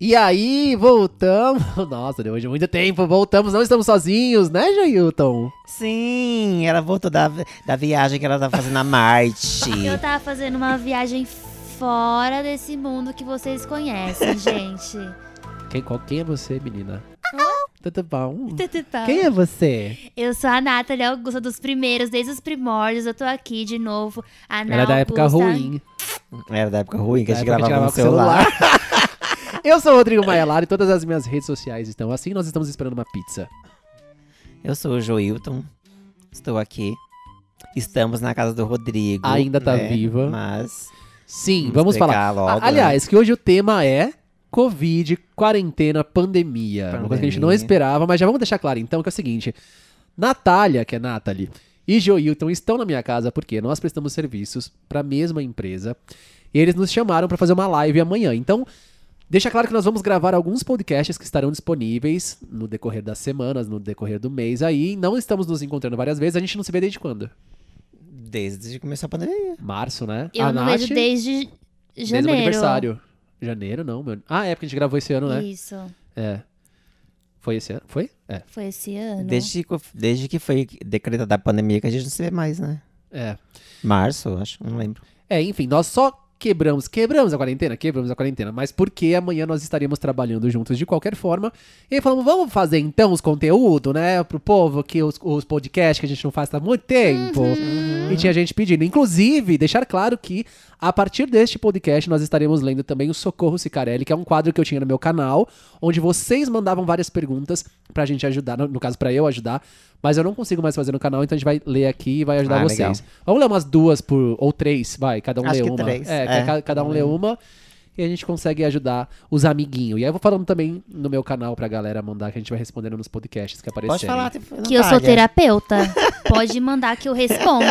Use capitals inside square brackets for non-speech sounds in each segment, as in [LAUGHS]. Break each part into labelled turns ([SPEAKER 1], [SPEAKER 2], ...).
[SPEAKER 1] E aí, voltamos. [LAUGHS] Nossa, depois de muito tempo, voltamos. Não estamos sozinhos, né, Jailton?
[SPEAKER 2] Sim, ela voltou da, da viagem que ela tava fazendo a [LAUGHS] Marte.
[SPEAKER 3] Eu tava fazendo uma viagem fora desse mundo que vocês conhecem, gente.
[SPEAKER 1] Quem, qual, quem é você, menina? Tudo bom?
[SPEAKER 3] Tutupá.
[SPEAKER 1] Quem é você?
[SPEAKER 3] Eu sou a Nathalie Augusta dos primeiros, desde os primórdios. Eu tô aqui de novo. A
[SPEAKER 1] Era
[SPEAKER 3] Ana
[SPEAKER 1] é da época
[SPEAKER 3] É Augusta.
[SPEAKER 1] ruim.
[SPEAKER 2] Era da época ruim que a gente
[SPEAKER 1] Da época
[SPEAKER 2] gravava no
[SPEAKER 1] gravava com
[SPEAKER 2] celular.
[SPEAKER 1] [LAUGHS] Eu sou o Rodrigo Maialara e todas as minhas redes sociais estão assim. Nós estamos esperando uma pizza.
[SPEAKER 2] Eu sou o Joilton. Estou aqui. Estamos na casa do Rodrigo.
[SPEAKER 1] Ainda tá
[SPEAKER 2] né?
[SPEAKER 1] viva.
[SPEAKER 2] Mas.
[SPEAKER 1] Sim, vamos
[SPEAKER 2] Vamos
[SPEAKER 1] falar.
[SPEAKER 2] explicar logo, né?
[SPEAKER 1] Ah, aliás, que hoje o tema é Covid, quarentena, pandemia. Uma coisa que a gente não
[SPEAKER 2] Pandemia.
[SPEAKER 1] esperava, mas já vamos deixar claro então que é o seguinte: Natália, que é Nathalie, e Joilton estão na minha casa porque nós prestamos serviços para a mesma empresa e eles nos chamaram para fazer uma live amanhã. Então, deixa claro que nós vamos gravar alguns podcasts que estarão disponíveis no decorrer das semanas, no decorrer do mês aí. Não estamos nos encontrando várias vezes, a gente não se vê desde quando?
[SPEAKER 2] Desde que começou a pandemia.
[SPEAKER 1] Março, né?
[SPEAKER 3] Eu
[SPEAKER 1] a
[SPEAKER 3] não
[SPEAKER 1] Nath,
[SPEAKER 3] vejo desde janeiro.
[SPEAKER 1] Desde o meu aniversário. Janeiro, não, meu. Ah, é porque a gente gravou esse ano, né?
[SPEAKER 3] Isso.
[SPEAKER 1] É. Foi esse ano? Foi? É.
[SPEAKER 3] Foi esse ano.
[SPEAKER 2] Desde que, desde que foi decretada a pandemia que a gente não se vê mais, né?
[SPEAKER 1] É.
[SPEAKER 2] Março, acho. Não lembro.
[SPEAKER 1] É, enfim, nós só quebramos, quebramos a quarentena, quebramos a quarentena, mas porque amanhã nós estaríamos trabalhando juntos de qualquer forma. E aí falamos, vamos fazer então os conteúdos, né, pro povo, que os, os podcasts que a gente não faz há muito tempo.
[SPEAKER 2] Uhum.
[SPEAKER 1] E tinha gente pedindo. Inclusive, deixar claro que a partir deste podcast nós estaremos lendo também o Socorro Cicarelli, que é um quadro que eu tinha no meu canal, onde vocês mandavam várias perguntas pra gente ajudar, no, no caso pra eu ajudar, mas eu não consigo mais fazer no canal, então a gente vai ler aqui e vai ajudar
[SPEAKER 2] Ah,
[SPEAKER 1] vocês.
[SPEAKER 2] legal.
[SPEAKER 1] Vamos ler umas duas por, ou três, vai, cada um
[SPEAKER 2] Acho
[SPEAKER 1] lê
[SPEAKER 2] que
[SPEAKER 1] uma.
[SPEAKER 2] três,
[SPEAKER 1] É,
[SPEAKER 2] é.
[SPEAKER 1] ca- cada um lê uma e a gente consegue ajudar os amiguinhos. E aí eu vou falando também no meu canal pra galera mandar, que a gente vai respondendo nos podcasts que aparecerem.
[SPEAKER 2] Pode falar. tipo,
[SPEAKER 3] Que eu
[SPEAKER 1] [LAUGHS]
[SPEAKER 3] sou terapeuta. Pode mandar que eu respondo.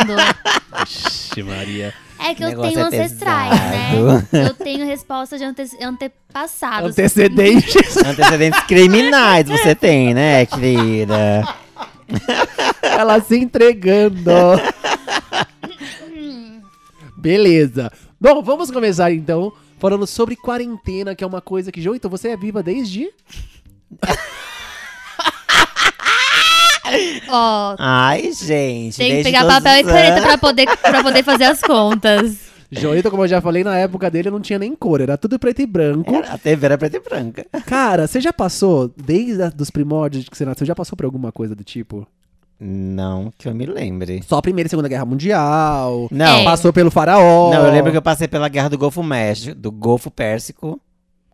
[SPEAKER 1] Ixi, Maria.
[SPEAKER 3] É que eu
[SPEAKER 2] Negócio
[SPEAKER 3] tenho
[SPEAKER 2] é
[SPEAKER 3] ancestrais, né? Eu tenho resposta de ante- antepassados.
[SPEAKER 1] Antecedentes.
[SPEAKER 2] [LAUGHS] Antecedentes criminais você tem, né, querida?
[SPEAKER 1] Ela se
[SPEAKER 2] [LAUGHS]
[SPEAKER 1] entregando. Beleza. Bom, vamos começar então falando sobre quarentena, que é uma coisa que, Joito, você é viva desde.
[SPEAKER 3] Ó,
[SPEAKER 2] Ai, gente.
[SPEAKER 3] tem que
[SPEAKER 2] desde
[SPEAKER 3] pegar
[SPEAKER 2] todos
[SPEAKER 3] papel e
[SPEAKER 2] os
[SPEAKER 3] caneta
[SPEAKER 2] anos.
[SPEAKER 3] pra poder, pra poder fazer as contas.
[SPEAKER 1] Joito, como eu já falei, na época dele não tinha nem cor, era tudo preto e branco.
[SPEAKER 2] Era- A TV era preta e branca.
[SPEAKER 1] Cara, você já passou, desde os primórdios que você nasceu, já passou por alguma coisa do tipo?
[SPEAKER 2] Não que eu me lembre.
[SPEAKER 1] Só a Primeira e Segunda Guerra Mundial.
[SPEAKER 2] Não.
[SPEAKER 3] É.
[SPEAKER 1] Passou pelo faraó.
[SPEAKER 2] Não, eu lembro que eu passei pela guerra do Golfo México, do Golfo Pérsico.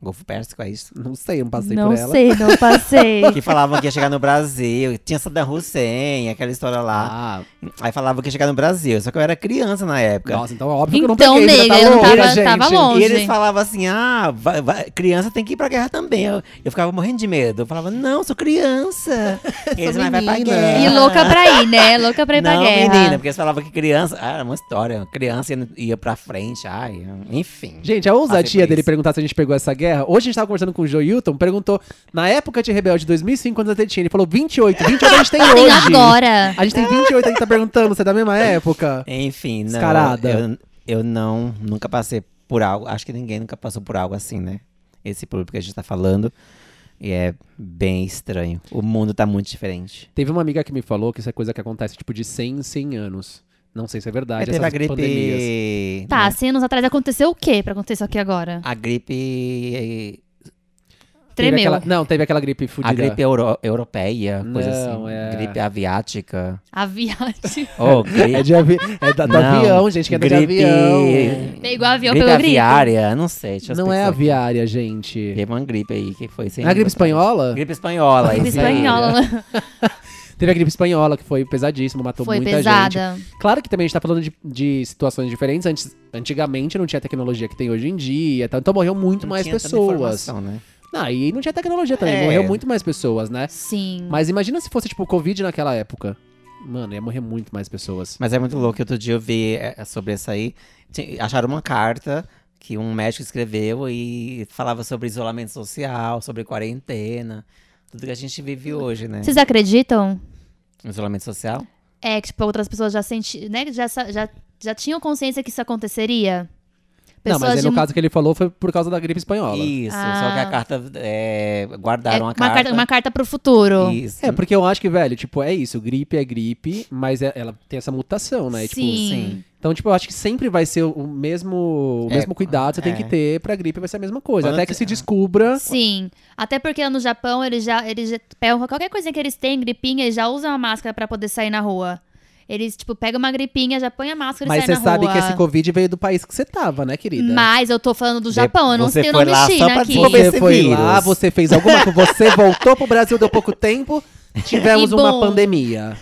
[SPEAKER 2] Golfo Pérsico é isso?
[SPEAKER 1] Não sei, eu não passei
[SPEAKER 3] não
[SPEAKER 1] por ela.
[SPEAKER 3] sei,
[SPEAKER 1] [LAUGHS]
[SPEAKER 3] não passei.
[SPEAKER 2] Que falavam que ia chegar no Brasil. Tinha Saddam Hussein, aquela história lá.
[SPEAKER 1] Ah,
[SPEAKER 2] Aí falavam que ia chegar no Brasil. Só que eu era criança na época.
[SPEAKER 1] nossa, então é óbvio que eu não
[SPEAKER 3] Então,
[SPEAKER 1] peguei. tá
[SPEAKER 3] nega,
[SPEAKER 1] você
[SPEAKER 3] eu não
[SPEAKER 1] louca,
[SPEAKER 3] tava-
[SPEAKER 1] gente.
[SPEAKER 3] tava longe.
[SPEAKER 2] E eles falavam assim: ah, vai- vai- criança tem que ir pra guerra também. Eu, eu ficava morrendo de medo. Eu falava, não, sou
[SPEAKER 3] [LAUGHS]
[SPEAKER 2] criança. eles "Mas vai pra
[SPEAKER 1] menina."
[SPEAKER 2] guerra.
[SPEAKER 3] E louca pra ir, né? Louca pra ir pra
[SPEAKER 2] não,
[SPEAKER 3] guerra.
[SPEAKER 2] menina, porque eles falavam que criança. Ah, era uma história. Criança ia, ia pra frente. Ai, enfim.
[SPEAKER 1] Gente, a ousadia
[SPEAKER 2] Passei por
[SPEAKER 1] dele
[SPEAKER 2] isso.
[SPEAKER 1] perguntar se a gente pegou essa guerra. Hoje a gente tava conversando com o Joilton, perguntou na época de Rebelde 2005, quantos até tinha? Ele falou 28. 28 a gente tem hoje.
[SPEAKER 3] Tem Assim, Tá agora.
[SPEAKER 1] A gente tem 28, a gente tá perguntando se é da mesma época.
[SPEAKER 2] Enfim, não.
[SPEAKER 1] Descarada.
[SPEAKER 2] Eu, eu não, nunca passei por algo. Acho que ninguém nunca passou por algo assim, né? Esse público que a gente tá falando. E é bem estranho. O mundo tá muito diferente.
[SPEAKER 1] Teve uma amiga que me falou que isso é coisa que acontece tipo de 100 em 100 anos. Não sei se é
[SPEAKER 2] Aí
[SPEAKER 1] verdade,
[SPEAKER 2] teve a
[SPEAKER 1] essas
[SPEAKER 2] gripe.
[SPEAKER 1] pandemias.
[SPEAKER 2] né?
[SPEAKER 3] Tá, 100 anos atrás aconteceu o quê pra acontecer isso aqui agora?
[SPEAKER 2] A gripe.
[SPEAKER 1] Teve
[SPEAKER 3] Tremeu.
[SPEAKER 1] aquela- não, teve aquela gripe fudida.
[SPEAKER 2] A gripe euro- europeia, coisa
[SPEAKER 1] Não,
[SPEAKER 2] assim.
[SPEAKER 1] é- [LAUGHS]
[SPEAKER 2] Gripe aviática.
[SPEAKER 3] A viagem. [LAUGHS]
[SPEAKER 2] Oh, gripe.
[SPEAKER 1] É, de avi... é da- do
[SPEAKER 2] Não,
[SPEAKER 1] avião, gente, que é do
[SPEAKER 2] gripe-
[SPEAKER 1] avião.
[SPEAKER 3] Pegou avião
[SPEAKER 2] gripe
[SPEAKER 3] pelo gripe.
[SPEAKER 2] aviária, não sei. Deixa eu
[SPEAKER 1] Não é
[SPEAKER 2] pensar.
[SPEAKER 1] aviária, gente.
[SPEAKER 2] Teve uma gripe aí que foi sem.
[SPEAKER 1] Não é a gripe espanhola?
[SPEAKER 2] Gripe espanhola.
[SPEAKER 3] Gripe
[SPEAKER 2] isso aí.
[SPEAKER 3] espanhola. né?
[SPEAKER 1] Teve a gripe espanhola, que foi pesadíssima, matou
[SPEAKER 3] Foi
[SPEAKER 1] muita gente.
[SPEAKER 3] pesada.
[SPEAKER 1] Claro que também a gente tá falando de, de situações diferentes. Antes, antigamente não tinha a tecnologia que tem hoje em dia, tá? então morreu muito
[SPEAKER 2] Não
[SPEAKER 1] mais
[SPEAKER 2] tinha tanta
[SPEAKER 1] pessoas.
[SPEAKER 2] informação, Né?
[SPEAKER 1] Ah, e não tinha tecnologia também,
[SPEAKER 2] É.
[SPEAKER 1] morreu muito mais pessoas, né?
[SPEAKER 3] Sim.
[SPEAKER 1] Mas imagina se fosse tipo o Covid naquela época. Mano, ia morrer muito mais pessoas.
[SPEAKER 2] Mas é muito louco. Outro dia eu vi é, é, sobre isso aí. Ti- Acharam uma carta que um médico escreveu e falava sobre isolamento social, sobre quarentena. Tudo que a gente vive hoje, né?
[SPEAKER 3] Vocês acreditam?
[SPEAKER 2] Isolamento social?
[SPEAKER 3] É, que, tipo, outras pessoas já sentiam, né? que Já, sa- já, já tinham consciência que isso aconteceria?
[SPEAKER 1] Não,
[SPEAKER 3] Pessoas
[SPEAKER 1] mas aí,
[SPEAKER 3] de
[SPEAKER 1] no
[SPEAKER 3] mu-
[SPEAKER 1] caso que ele falou foi por causa da gripe espanhola.
[SPEAKER 2] Isso, só
[SPEAKER 3] Ah.
[SPEAKER 2] que a carta. é,
[SPEAKER 3] é
[SPEAKER 2] guardaram
[SPEAKER 3] uma,
[SPEAKER 2] a carta.
[SPEAKER 3] carta, uma carta pro futuro.
[SPEAKER 2] Isso.
[SPEAKER 1] É, porque eu acho que, velho, tipo, é isso, gripe é gripe, mas é- ela tem essa mutação, né? Tipo,
[SPEAKER 3] Sim.
[SPEAKER 2] sim.
[SPEAKER 1] então, tipo, eu acho que sempre vai ser o- o mesmo, o
[SPEAKER 2] É,
[SPEAKER 1] mesmo cuidado que você
[SPEAKER 2] é.
[SPEAKER 1] tem que ter pra gripe, vai ser a mesma coisa.
[SPEAKER 2] Quando
[SPEAKER 1] até
[SPEAKER 2] te-
[SPEAKER 1] que se descubra.
[SPEAKER 3] Sim. Até porque lá no Japão, eles já, eles já pegam qualquer coisinha que eles têm, gripinha, eles já usam a máscara pra poder sair na rua. Eles, tipo, pegam uma gripinha, já põem a máscara
[SPEAKER 1] Mas
[SPEAKER 3] e saem
[SPEAKER 1] você
[SPEAKER 3] na rua.
[SPEAKER 1] sabe que é esse Covid veio do país que você tava, né, querida?
[SPEAKER 3] Mas eu tô falando do Japão, eu não
[SPEAKER 2] Você
[SPEAKER 3] sei o
[SPEAKER 2] foi
[SPEAKER 3] nome
[SPEAKER 2] lá só
[SPEAKER 3] China
[SPEAKER 2] pra
[SPEAKER 3] aqui.
[SPEAKER 2] desenvolver
[SPEAKER 1] Você
[SPEAKER 2] esse
[SPEAKER 1] foi
[SPEAKER 2] vírus.
[SPEAKER 1] lá, você fez alguma coisa, você voltou pro Brasil deu pouco
[SPEAKER 3] [LAUGHS]
[SPEAKER 1] tempo, tivemos
[SPEAKER 3] E
[SPEAKER 1] uma
[SPEAKER 3] bom.
[SPEAKER 1] pandemia.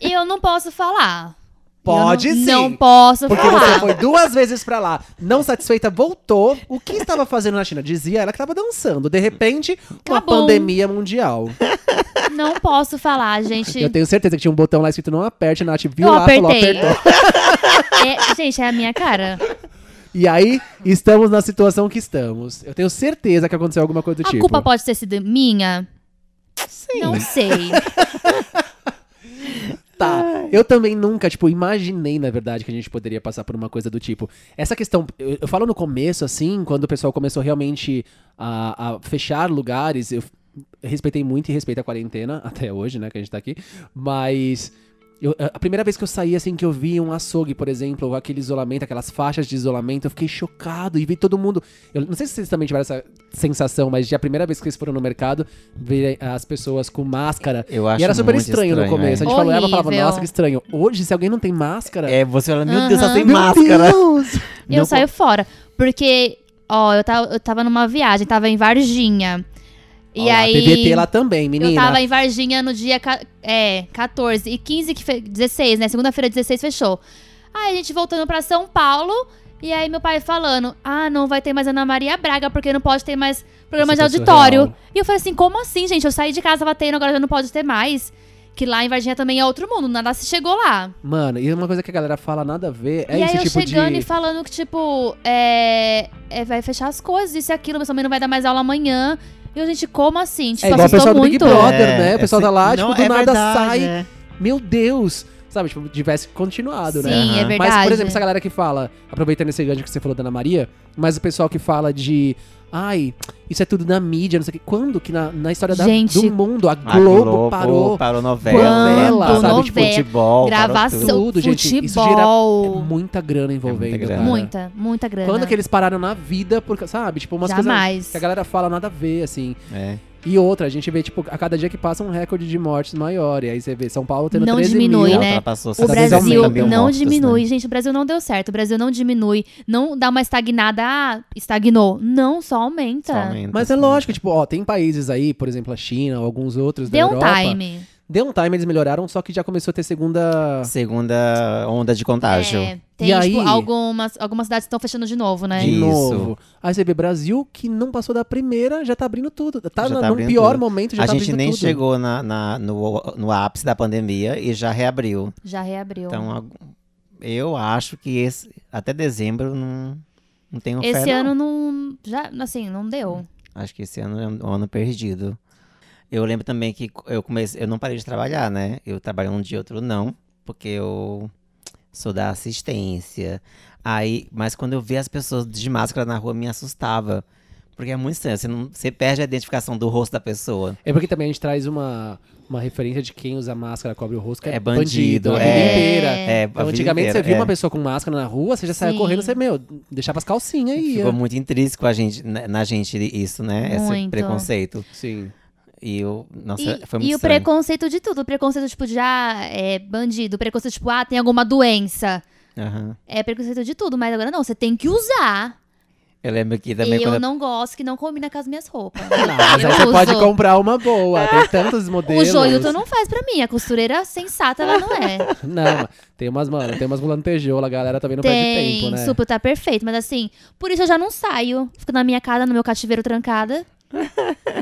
[SPEAKER 3] E eu não posso falar.
[SPEAKER 1] Pode
[SPEAKER 3] eu não,
[SPEAKER 1] sim.
[SPEAKER 3] Não posso
[SPEAKER 1] Porque
[SPEAKER 3] falar.
[SPEAKER 1] você foi duas vezes pra lá, não satisfeita, voltou. O que estava fazendo na China? Dizia ela que estava dançando. De repente, uma
[SPEAKER 3] Acabou.
[SPEAKER 1] pandemia mundial.
[SPEAKER 3] Não posso falar, gente.
[SPEAKER 1] Eu tenho certeza que tinha um botão lá escrito não aperte, Nath viu
[SPEAKER 3] Eu
[SPEAKER 1] lá, falou
[SPEAKER 3] apertei.
[SPEAKER 1] apertou.
[SPEAKER 3] É, gente, é a minha cara.
[SPEAKER 1] E aí, estamos na situação que estamos. Eu tenho certeza que aconteceu alguma coisa do
[SPEAKER 3] a
[SPEAKER 1] tipo.
[SPEAKER 3] culpa pode ter sido minha? Sim. Não sei.
[SPEAKER 1] Tá. Eu também nunca, tipo, imaginei, na verdade, que a gente poderia passar por uma coisa do tipo. Essa questão, eu, eu falo no começo, assim, quando o pessoal começou realmente a, a fechar lugares, eu respeitei muito e respeito a quarentena, [LAUGHS] até hoje, né, que a gente tá aqui, mas. eu- a primeira vez que eu saí, assim, que eu vi um açougue, por exemplo, ou aquele isolamento, aquelas faixas de isolamento, eu fiquei chocado e vi todo mundo. Eu não sei se vocês também tiveram essa sensação, mas de a primeira vez que vocês foram no mercado, ver as pessoas com máscara
[SPEAKER 2] Eu acho
[SPEAKER 1] e era super
[SPEAKER 2] muito
[SPEAKER 1] estranho, no começo. A
[SPEAKER 2] é.
[SPEAKER 1] gente falava, falava,
[SPEAKER 3] Horrível.
[SPEAKER 1] nossa, que estranho. Hoje, se alguém não tem máscara.
[SPEAKER 2] É, você fala, meu Deus, ela
[SPEAKER 3] Aham.
[SPEAKER 2] tem
[SPEAKER 1] Meu [LAUGHS]
[SPEAKER 2] máscara.
[SPEAKER 1] Deus!
[SPEAKER 3] Eu
[SPEAKER 2] Não
[SPEAKER 3] saio fora. Porque, ó, eu tava, eu tava numa viagem, tava em Varginha. E
[SPEAKER 1] Ó lá,
[SPEAKER 3] aí.
[SPEAKER 1] TVT lá também, menina.
[SPEAKER 3] Eu tava em Varginha no dia ca- é, 14 e 15, que fe- 16, né? Segunda-feira, 16, fechou. Aí a gente voltando pra São Paulo. E aí meu pai falando, ah, não vai ter mais Ana Maria Braga, porque não pode ter mais programa
[SPEAKER 1] Isso
[SPEAKER 3] de
[SPEAKER 1] é
[SPEAKER 3] auditório.
[SPEAKER 1] surreal.
[SPEAKER 3] E eu falei assim, como assim, gente? Eu saí de casa batendo, agora já não pode ter mais. Que lá em Varginha também é outro mundo, nada se chegou lá.
[SPEAKER 1] Mano, e uma coisa que a galera fala nada a ver é
[SPEAKER 3] e
[SPEAKER 1] esse
[SPEAKER 3] aí eu
[SPEAKER 1] tipo de.
[SPEAKER 3] chegando e falando que, tipo, é, é, vai fechar as coisas, isso e aquilo, mas também não vai dar mais aula amanhã. E eu, gente, como assim? Tipo,
[SPEAKER 1] É igual o
[SPEAKER 3] assustou
[SPEAKER 1] pessoal do
[SPEAKER 3] muito.
[SPEAKER 1] Big Brother,
[SPEAKER 2] É,
[SPEAKER 1] né? O pessoal tá lá, tipo,
[SPEAKER 2] não,
[SPEAKER 1] do
[SPEAKER 2] é
[SPEAKER 1] nada
[SPEAKER 2] verdade,
[SPEAKER 1] sai.
[SPEAKER 2] é.
[SPEAKER 1] Meu Deus! Sabe, tipo, tivesse continuado, né?
[SPEAKER 3] Sim, é
[SPEAKER 2] Aham.
[SPEAKER 3] verdade.
[SPEAKER 1] Mas, por exemplo, essa galera que fala, aproveitando esse gancho que você falou da Ana Maria, mas o pessoal que fala de. Ai, isso é tudo na mídia, não sei o que. Quando que na, na história da-
[SPEAKER 3] Gente,
[SPEAKER 1] do mundo a
[SPEAKER 2] A
[SPEAKER 1] Globo, parou?
[SPEAKER 2] Ah, Parou
[SPEAKER 1] Novela,
[SPEAKER 2] novela.
[SPEAKER 1] Quando,
[SPEAKER 2] sabe? Tipo,
[SPEAKER 3] novela,
[SPEAKER 2] futebol. parou tudo.
[SPEAKER 3] Gravação,
[SPEAKER 1] é tudo, gente. Isso gera É
[SPEAKER 3] futebol.
[SPEAKER 1] muita grana envolvendo.
[SPEAKER 2] É grana.
[SPEAKER 1] cara.
[SPEAKER 3] muita, muita grana.
[SPEAKER 1] Quando que eles pararam na vida, porque, sabe? Tipo, umas coisas
[SPEAKER 3] Jamais.
[SPEAKER 1] que a galera fala nada a ver, assim.
[SPEAKER 2] É.
[SPEAKER 1] E outra, a gente vê, tipo, a cada dia que passa um recorde de mortes maior. E aí você vê São Paulo tendo
[SPEAKER 3] Não
[SPEAKER 1] 13
[SPEAKER 3] diminui,
[SPEAKER 1] mil.
[SPEAKER 2] Ela
[SPEAKER 3] né?
[SPEAKER 2] ultrapassou
[SPEAKER 3] O
[SPEAKER 2] 60 mil
[SPEAKER 3] Brasil
[SPEAKER 2] mortos,
[SPEAKER 3] não
[SPEAKER 2] né?
[SPEAKER 3] diminui, gente. O Brasil não deu certo. O Brasil não diminui. Não dá uma estagnada. Ah, estagnou. Não, só aumenta.
[SPEAKER 2] Só aumenta, assim, né?
[SPEAKER 1] Mas é
[SPEAKER 2] só
[SPEAKER 1] lógico, tipo, ó, tem países aí, por exemplo, a China ou alguns outros
[SPEAKER 3] Deu
[SPEAKER 1] da
[SPEAKER 3] um
[SPEAKER 1] Europa.
[SPEAKER 3] time.
[SPEAKER 1] Deu um time, eles melhoraram, só que já começou a ter segunda...
[SPEAKER 2] Segunda onda de contágio.
[SPEAKER 3] É,
[SPEAKER 1] E
[SPEAKER 3] tem, tipo,
[SPEAKER 1] aí?
[SPEAKER 3] algumas, algumas cidades estão fechando de novo, né?
[SPEAKER 1] De
[SPEAKER 2] Isso.
[SPEAKER 1] novo. Aí você vê Brasil, que não passou da primeira, já tá abrindo tudo. Tá,
[SPEAKER 2] Já
[SPEAKER 1] na,
[SPEAKER 2] tá
[SPEAKER 1] no
[SPEAKER 2] abrindo
[SPEAKER 1] pior
[SPEAKER 2] tudo.
[SPEAKER 1] momento, já
[SPEAKER 2] a
[SPEAKER 1] tá
[SPEAKER 2] gente
[SPEAKER 1] abrindo
[SPEAKER 2] nem
[SPEAKER 1] tudo.
[SPEAKER 2] chegou na, na- no, no ápice da pandemia e já reabriu.
[SPEAKER 3] Já reabriu.
[SPEAKER 2] Então, algu- eu acho que esse- até dezembro não, não tem oferta.
[SPEAKER 3] Esse ano não. Já, assim, não deu.
[SPEAKER 2] Acho que esse ano é um ano perdido. Eu lembro também que co- eu comecei, eu não parei de trabalhar, né? Eu trabalhei um dia, outro não, porque eu sou da assistência. Aí, mas quando eu via as pessoas de máscara na rua, me assustava. Porque é muito estranho, você, não- você perde a identificação do rosto da pessoa.
[SPEAKER 1] É porque também a gente traz uma, uma referência de quem usa máscara cobre o rosto, que é,
[SPEAKER 2] É bandido,
[SPEAKER 1] a
[SPEAKER 2] é.
[SPEAKER 1] vida inteira.
[SPEAKER 2] É,
[SPEAKER 1] Então, antigamente você via
[SPEAKER 2] viu
[SPEAKER 1] uma pessoa com máscara na rua, você já saía
[SPEAKER 3] Sim.
[SPEAKER 1] correndo, você, meu, deixava as calcinhas e ia.
[SPEAKER 2] Ficou muito intrínseco a gente, na, na gente isso, né? Esse
[SPEAKER 3] Muito.
[SPEAKER 2] preconceito.
[SPEAKER 1] Sim.
[SPEAKER 2] E eu, nossa, é,
[SPEAKER 3] E,
[SPEAKER 2] foi
[SPEAKER 3] e
[SPEAKER 2] muito
[SPEAKER 3] o
[SPEAKER 2] estranho.
[SPEAKER 3] preconceito de tudo. O preconceito, tipo, de ah, é bandido. O preconceito, tipo, ah, tem alguma doença.
[SPEAKER 2] Aham.
[SPEAKER 3] É preconceito de tudo, mas agora não, você tem que usar.
[SPEAKER 2] Eu lembro que também
[SPEAKER 3] E eu
[SPEAKER 2] quando é
[SPEAKER 3] não gosto que não combina com as
[SPEAKER 2] [LAUGHS]
[SPEAKER 3] minhas roupas.
[SPEAKER 1] Não, mas
[SPEAKER 3] eu
[SPEAKER 1] aí você
[SPEAKER 3] uso.
[SPEAKER 1] pode comprar uma boa.
[SPEAKER 3] [LAUGHS]
[SPEAKER 1] Tem tantos
[SPEAKER 3] O
[SPEAKER 1] modelos.
[SPEAKER 3] Joilton não faz pra mim, a costureira sensata ela não é.
[SPEAKER 1] [LAUGHS] Não, mas tem umas, mano, tem umas mulantejoulas, a galera também não perde
[SPEAKER 3] Tem,
[SPEAKER 1] tempo, né?
[SPEAKER 3] super tá perfeito, mas assim, por isso eu já não saio. Fico na minha casa, no meu
[SPEAKER 1] [LAUGHS]
[SPEAKER 3] cativeiro trancada.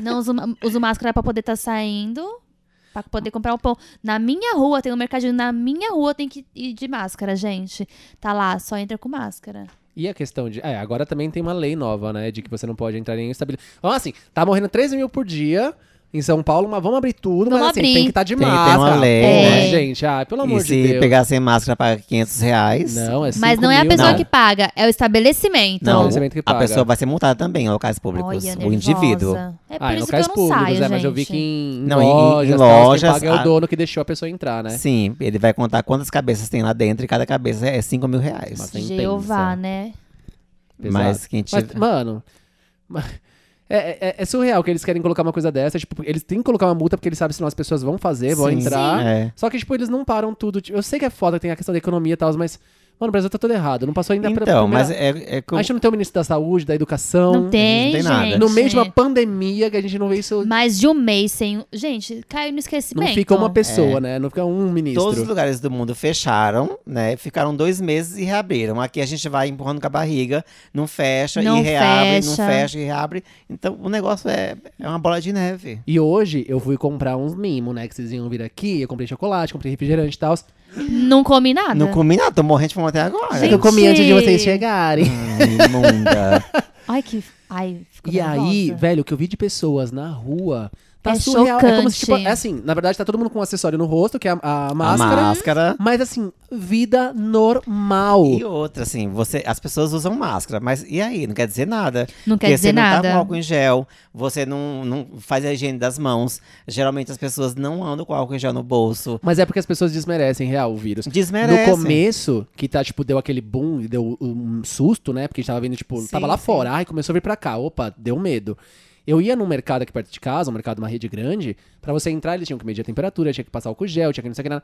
[SPEAKER 3] não uso, ma- uso máscara pra poder estar saindo, pra poder comprar um pão. Na minha rua tem um mercadinho, na minha rua tem que ir de máscara, gente. Tá lá, só entra com máscara.
[SPEAKER 1] E a questão de. É, agora também tem uma lei nova, né? De que você não pode entrar em estabelecimento. Então, assim, tá morrendo 13 mil por dia. em São Paulo, mas vamos abrir tudo,
[SPEAKER 3] Vamos
[SPEAKER 1] mas assim,
[SPEAKER 3] abrir.
[SPEAKER 1] tem que estar de
[SPEAKER 2] Tem- tem uma
[SPEAKER 1] máscara.
[SPEAKER 2] lei,
[SPEAKER 1] Pô,
[SPEAKER 3] né?
[SPEAKER 1] gente, ah, pelo amor
[SPEAKER 2] e se
[SPEAKER 1] de Deus.
[SPEAKER 2] pegar sem máscara, paga 500 reais.
[SPEAKER 1] Não, é
[SPEAKER 3] Mas
[SPEAKER 1] cinco
[SPEAKER 3] não é a
[SPEAKER 1] mil,
[SPEAKER 3] pessoa
[SPEAKER 1] não.
[SPEAKER 3] que paga, é o estabelecimento.
[SPEAKER 1] Não,
[SPEAKER 2] Não,
[SPEAKER 1] esse evento que
[SPEAKER 2] a
[SPEAKER 1] paga.
[SPEAKER 2] pessoa vai ser multada também é em locais públicos.
[SPEAKER 3] Olha,
[SPEAKER 2] o indivíduo.
[SPEAKER 3] nervosa. É por
[SPEAKER 1] Ah, em
[SPEAKER 3] isso que eu
[SPEAKER 1] locais
[SPEAKER 3] não
[SPEAKER 1] públicos,
[SPEAKER 3] saio,
[SPEAKER 1] é,
[SPEAKER 3] gente.
[SPEAKER 1] mas eu vi que em, em
[SPEAKER 2] Não, em- em
[SPEAKER 1] lojas, tal,
[SPEAKER 2] lojas,
[SPEAKER 1] quem paga é o
[SPEAKER 2] a-
[SPEAKER 1] dono que deixou a pessoa entrar, né?
[SPEAKER 2] Sim, ele vai contar quantas cabeças tem lá dentro e cada cabeça é 5 mil reais.
[SPEAKER 1] Mas tem-
[SPEAKER 3] Jeová, né?
[SPEAKER 1] Pesado.
[SPEAKER 2] Mas quem
[SPEAKER 1] Mas,
[SPEAKER 2] tiver.
[SPEAKER 1] mano. ma- É, é- é surreal que eles querem colocar uma coisa dessa. Tipo, eles têm que colocar uma multa porque eles sabem se as pessoas vão fazer, vão
[SPEAKER 2] Sim.
[SPEAKER 1] entrar.
[SPEAKER 2] É.
[SPEAKER 1] Só que, tipo, eles não param tudo. Tipo, eu sei que é foda, tem a questão da economia e tal, mas. Mano, o Brasil tá todo errado. Não passou ainda pra-
[SPEAKER 2] Então,
[SPEAKER 1] primeira-
[SPEAKER 2] mas é, é que eu-
[SPEAKER 1] A gente não tem o ministro da saúde, da educação.
[SPEAKER 3] Não tem,
[SPEAKER 2] tem nada.
[SPEAKER 3] gente.
[SPEAKER 1] No meio de uma pandemia que a gente não vê isso.
[SPEAKER 3] Mais de um mês sem. Gente, caiu no
[SPEAKER 1] Não
[SPEAKER 3] esquecimento.
[SPEAKER 1] fica uma pessoa,
[SPEAKER 2] É.
[SPEAKER 1] né? Não fica um ministro.
[SPEAKER 2] Todos os lugares do mundo fecharam, né? Ficaram dois meses e reabriram. Aqui a gente vai empurrando com a barriga, não fecha
[SPEAKER 3] Não
[SPEAKER 2] e reabre,
[SPEAKER 3] fecha.
[SPEAKER 2] não fecha e reabre. Então o negócio é, é uma bola de neve.
[SPEAKER 1] E hoje eu fui comprar uns mimos, né? Que vocês iam vir aqui. Eu comprei chocolate, comprei refrigerante e tal.
[SPEAKER 3] Ah, Não come nada.
[SPEAKER 2] Não comi nada, tô morrendo de fome até agora. [LAUGHS] Hum,
[SPEAKER 1] É que eu comi
[SPEAKER 3] Ah, Gente!
[SPEAKER 1] antes de vocês chegarem.
[SPEAKER 2] Ai, imunda.
[SPEAKER 3] Ai, que. Ai, fico
[SPEAKER 1] E aí,
[SPEAKER 3] nervosa.
[SPEAKER 1] velho, o que eu vi de pessoas na rua tá
[SPEAKER 3] É
[SPEAKER 1] surreal. É como se, tipo,
[SPEAKER 3] chocante.
[SPEAKER 1] é assim, na verdade tá todo mundo com um acessório no rosto, que é a, a
[SPEAKER 2] A
[SPEAKER 1] máscara.
[SPEAKER 2] máscara.
[SPEAKER 1] Mas assim, vida normal.
[SPEAKER 3] Tipo,
[SPEAKER 2] E outra, assim, você, as pessoas usam máscara, mas e aí? Não quer dizer nada.
[SPEAKER 3] Não quer
[SPEAKER 2] Porque
[SPEAKER 3] dizer
[SPEAKER 2] você não
[SPEAKER 3] nada.
[SPEAKER 2] tá com álcool em gel, você não, não faz a higiene das mãos. Geralmente as pessoas não andam com álcool em gel no bolso.
[SPEAKER 1] Mas é porque as pessoas desmerecem real o vírus.
[SPEAKER 2] Desmerecem.
[SPEAKER 1] No começo, que tá, tipo, deu aquele boom e deu um susto, né? Porque a gente tava vendo, tipo,
[SPEAKER 3] Sim,
[SPEAKER 1] tava lá
[SPEAKER 3] sim.
[SPEAKER 1] fora, ai, começou a vir pra cá. Opa, deu medo. Eu ia num mercado aqui perto de casa, um mercado, uma rede grande, pra você entrar, eles tinham que medir a temperatura, tinha que passar álcool gel, tinha que não sei o que nada.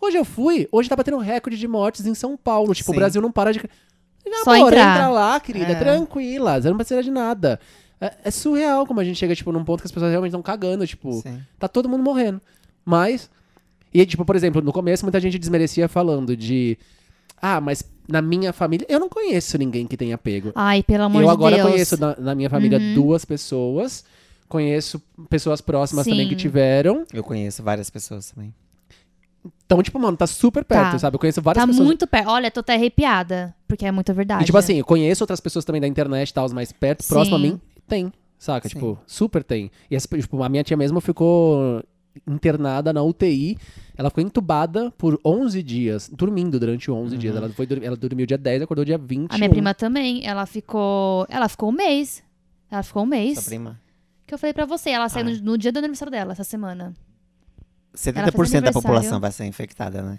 [SPEAKER 1] Hoje eu fui, hoje tá batendo um recorde de mortes em São Paulo. Tipo, o
[SPEAKER 2] Sim.
[SPEAKER 1] Brasil não para de. Na
[SPEAKER 3] Só
[SPEAKER 1] moral,
[SPEAKER 3] entrar.
[SPEAKER 1] entra lá, querida,
[SPEAKER 2] É.
[SPEAKER 1] tranquila, você não precisa de nada. É, é surreal como a gente chega, tipo, num ponto que as pessoas realmente estão cagando, tipo.
[SPEAKER 2] Sim.
[SPEAKER 1] Tá todo mundo morrendo. Mas. E, tipo, por exemplo, no começo muita gente desmerecia falando de. Ah, mas na minha família. Eu não conheço ninguém que tenha pego.
[SPEAKER 3] Ai, pelo amor
[SPEAKER 1] Eu
[SPEAKER 3] de
[SPEAKER 1] agora
[SPEAKER 3] Deus. Uhum.
[SPEAKER 1] conheço na, na minha família duas pessoas. Conheço pessoas próximas também
[SPEAKER 3] Sim.
[SPEAKER 1] que tiveram.
[SPEAKER 2] Eu conheço várias pessoas também.
[SPEAKER 1] Então, tipo, mano, tá super perto,
[SPEAKER 3] Tá.
[SPEAKER 1] sabe? Eu conheço várias
[SPEAKER 3] Tá
[SPEAKER 1] pessoas.
[SPEAKER 3] muito perto. Olha, tô até arrepiada. Porque é muita verdade.
[SPEAKER 1] E, tipo assim, eu conheço outras pessoas também da internet, tal, mais perto, próximo a
[SPEAKER 3] Sim.
[SPEAKER 1] mim. Tem, saca?
[SPEAKER 2] Sim.
[SPEAKER 1] Tipo, super tem. E, essa- tipo, a minha tia mesmo ficou internada na UTI. Ela ficou entubada por 11 dias, dormindo durante 11 dias.
[SPEAKER 2] Uhum.
[SPEAKER 1] Ela, foi, dur- ela dormiu dia 10, acordou dia um. 20.
[SPEAKER 3] A minha prima também. Ela ficou. Ela ficou um mês. Ela ficou um
[SPEAKER 2] Sua
[SPEAKER 3] mês.
[SPEAKER 2] prima.
[SPEAKER 3] Que eu falei pra você. Ela saiu
[SPEAKER 2] Ah.
[SPEAKER 3] no, no dia do aniversário dela, essa semana. Ela
[SPEAKER 2] 70%
[SPEAKER 3] fez
[SPEAKER 2] da
[SPEAKER 3] aniversário.
[SPEAKER 2] população vai ser infectada, né?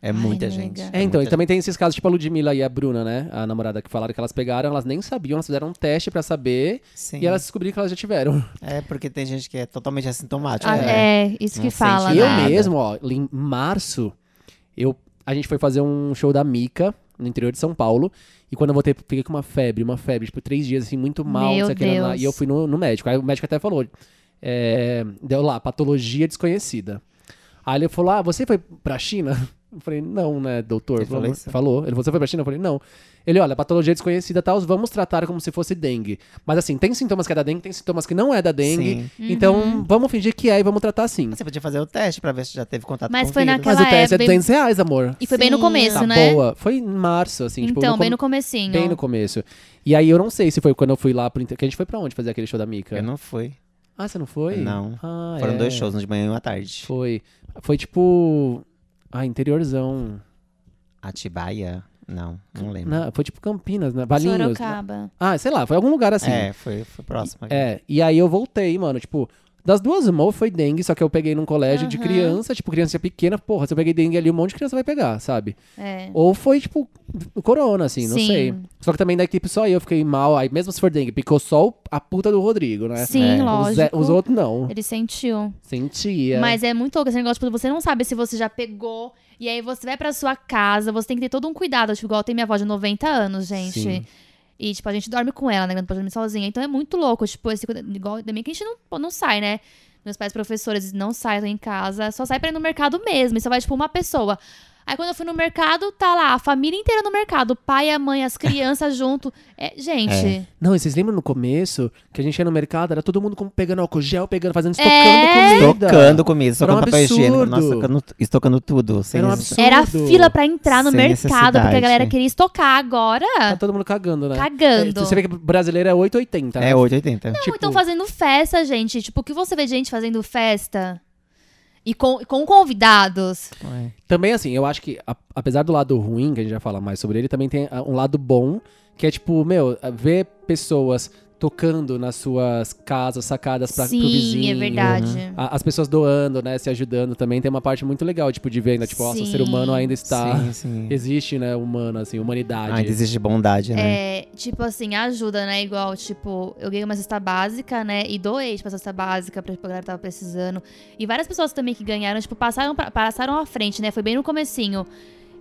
[SPEAKER 2] É
[SPEAKER 3] Ai,
[SPEAKER 2] muita
[SPEAKER 3] nega.
[SPEAKER 2] gente.
[SPEAKER 1] É, então, e
[SPEAKER 2] muita
[SPEAKER 1] também tem esses casos, tipo a Ludmilla e a Bruna, né? A namorada que falaram que elas pegaram, elas nem sabiam, elas fizeram um teste pra saber
[SPEAKER 2] gente. Sim.
[SPEAKER 1] e elas descobriram que elas já tiveram.
[SPEAKER 2] É porque tem gente que é totalmente assintomática.
[SPEAKER 3] Ah,
[SPEAKER 2] né?
[SPEAKER 3] é. isso
[SPEAKER 2] Não
[SPEAKER 3] que
[SPEAKER 2] sente
[SPEAKER 3] fala.
[SPEAKER 1] E eu
[SPEAKER 3] né?
[SPEAKER 2] nada.
[SPEAKER 1] mesmo, ó, em março, eu, a gente foi fazer um show da Mica no interior de São Paulo. E quando eu voltei, fiquei com uma febre, uma febre, tipo, três dias assim, muito mal,
[SPEAKER 3] Meu
[SPEAKER 1] não sei o que lá, lá.
[SPEAKER 3] Deus.
[SPEAKER 1] E eu fui no, no médico. Aí o médico até falou: é, deu lá, patologia desconhecida. Aí ele falou: Ah, você foi pra China? [LAUGHS] Eu falei, não, né, doutor?
[SPEAKER 2] Ele falou
[SPEAKER 1] Falou-
[SPEAKER 2] isso?
[SPEAKER 1] falou. Ele falou, você foi pra China? Eu falei, não. Ele, olha, patologia desconhecida, tal, vamos tratar como se fosse dengue. Mas assim, tem sintomas que é da dengue, tem sintomas que não é da dengue.
[SPEAKER 3] Uhum.
[SPEAKER 2] Sim.
[SPEAKER 1] Então, vamos fingir que é e vamos tratar assim.
[SPEAKER 2] Você podia fazer o teste pra ver se já teve contato
[SPEAKER 3] Mas
[SPEAKER 2] com
[SPEAKER 3] foi
[SPEAKER 2] o vírus.
[SPEAKER 3] naquela-
[SPEAKER 1] Mas o teste é,
[SPEAKER 3] é bem-
[SPEAKER 1] 200 reais, amor.
[SPEAKER 3] E foi bem no
[SPEAKER 2] Sim.
[SPEAKER 3] começo,
[SPEAKER 1] tá
[SPEAKER 3] né?
[SPEAKER 1] boa. Foi em março, assim. tipo,
[SPEAKER 3] então,
[SPEAKER 1] no
[SPEAKER 3] bem no
[SPEAKER 1] com-
[SPEAKER 3] comecinho.
[SPEAKER 1] bem no começo. E aí eu não sei se foi quando eu fui lá pro inter... Que a gente foi pra onde fazer aquele show da Mica?
[SPEAKER 2] Eu não fui.
[SPEAKER 1] Ah, você não foi?
[SPEAKER 2] Não.
[SPEAKER 1] Ah,
[SPEAKER 2] Foram
[SPEAKER 1] é.
[SPEAKER 2] dois shows, um de manhã e um à tarde.
[SPEAKER 1] Foi. Foi tipo. Ah, interiorzão.
[SPEAKER 2] Atibaia? Não, não lembro.
[SPEAKER 1] Na- Foi tipo Campinas, né? Valinhos.
[SPEAKER 3] Sorocaba.
[SPEAKER 1] Ah, sei lá, foi algum lugar assim.
[SPEAKER 2] É, foi, foi próximo. aqui.
[SPEAKER 1] É, e aí eu voltei, mano, tipo, das duas uma ou foi dengue, só que eu peguei num colégio de
[SPEAKER 3] Aham.
[SPEAKER 1] criança, tipo, criança pequena, porra, se eu peguei dengue ali, um monte de criança vai pegar, sabe?
[SPEAKER 3] É.
[SPEAKER 1] Ou foi, tipo, o corona, assim, não
[SPEAKER 3] Sim.
[SPEAKER 1] sei. Só que também da equipe só eu fiquei mal, aí mesmo se for dengue, picou só o- a puta do Rodrigo, né?
[SPEAKER 3] Sim,
[SPEAKER 2] É.
[SPEAKER 1] Os, Zé-
[SPEAKER 3] lógico.
[SPEAKER 1] os outros não.
[SPEAKER 3] Ele sentiu.
[SPEAKER 1] Sentia.
[SPEAKER 3] Mas é muito louco esse negócio, tipo, você não sabe se você já pegou. E aí você vai pra sua casa, você tem que ter todo um cuidado. Tipo, igual tem minha avó de 90 anos, gente.
[SPEAKER 1] Sim.
[SPEAKER 3] E, tipo, a gente dorme com ela, né? Não pode dormir sozinha. Então é muito louco. Tipo, esse, cuida- igual também que a gente não, pô, não sai, né? Meus pais professores não saem em casa, só sai pra ir no mercado mesmo. E só vai, tipo, uma pessoa. Aí quando eu fui no mercado, tá lá, a família inteira no mercado. O pai, a mãe, as crianças [LAUGHS] junto. É, gente.
[SPEAKER 1] Não, e vocês lembram no começo que a gente ia no mercado, era todo mundo com- pegando álcool gel, pegando, fazendo, estocando
[SPEAKER 3] É.
[SPEAKER 1] comida.
[SPEAKER 2] Estocando comida, estocando
[SPEAKER 1] um
[SPEAKER 2] papel higiênico. Nossa,
[SPEAKER 1] absurdo.
[SPEAKER 2] estocando, estocando tudo. Sem
[SPEAKER 1] Era um
[SPEAKER 2] necessidade.
[SPEAKER 1] absurdo.
[SPEAKER 3] Era fila pra entrar no
[SPEAKER 2] Sem
[SPEAKER 3] mercado, porque a
[SPEAKER 2] necessidade.
[SPEAKER 3] galera queria estocar agora.
[SPEAKER 1] Tá todo mundo cagando, né?
[SPEAKER 3] Cagando.
[SPEAKER 1] É, você vê que brasileiro é 880, né?
[SPEAKER 2] É 880.
[SPEAKER 3] Ou então fazendo festa, gente. Tipo, o que você vê de gente fazendo festa? E com, com convidados.
[SPEAKER 2] É.
[SPEAKER 1] Também, assim, eu acho que, a- apesar do lado ruim, que a gente já fala mais sobre ele, também tem ah, um lado bom, que é tipo, meu, ah, ver pessoas tocando nas suas casas, sacadas pra, pro
[SPEAKER 3] Sim,
[SPEAKER 1] vizinho.
[SPEAKER 3] é verdade.
[SPEAKER 1] A- As pessoas doando, né? Se ajudando também. Tem uma parte muito legal, tipo, de ver ainda, tipo, nossa, o ser
[SPEAKER 3] Sim.
[SPEAKER 1] humano ainda está.
[SPEAKER 2] Sim, sim. Ah,
[SPEAKER 1] Existe, né? Humano, assim, humanidade.
[SPEAKER 2] Ainda existe bondade, né?
[SPEAKER 3] É, tipo assim, ajuda, né? Igual, tipo, eu ganhei uma cesta básica, né? E doei, tipo, essa cesta básica pra pra galera que tava precisando. E várias pessoas também que ganharam, tipo, passaram, pra- passaram à frente, né? Foi bem no comecinho.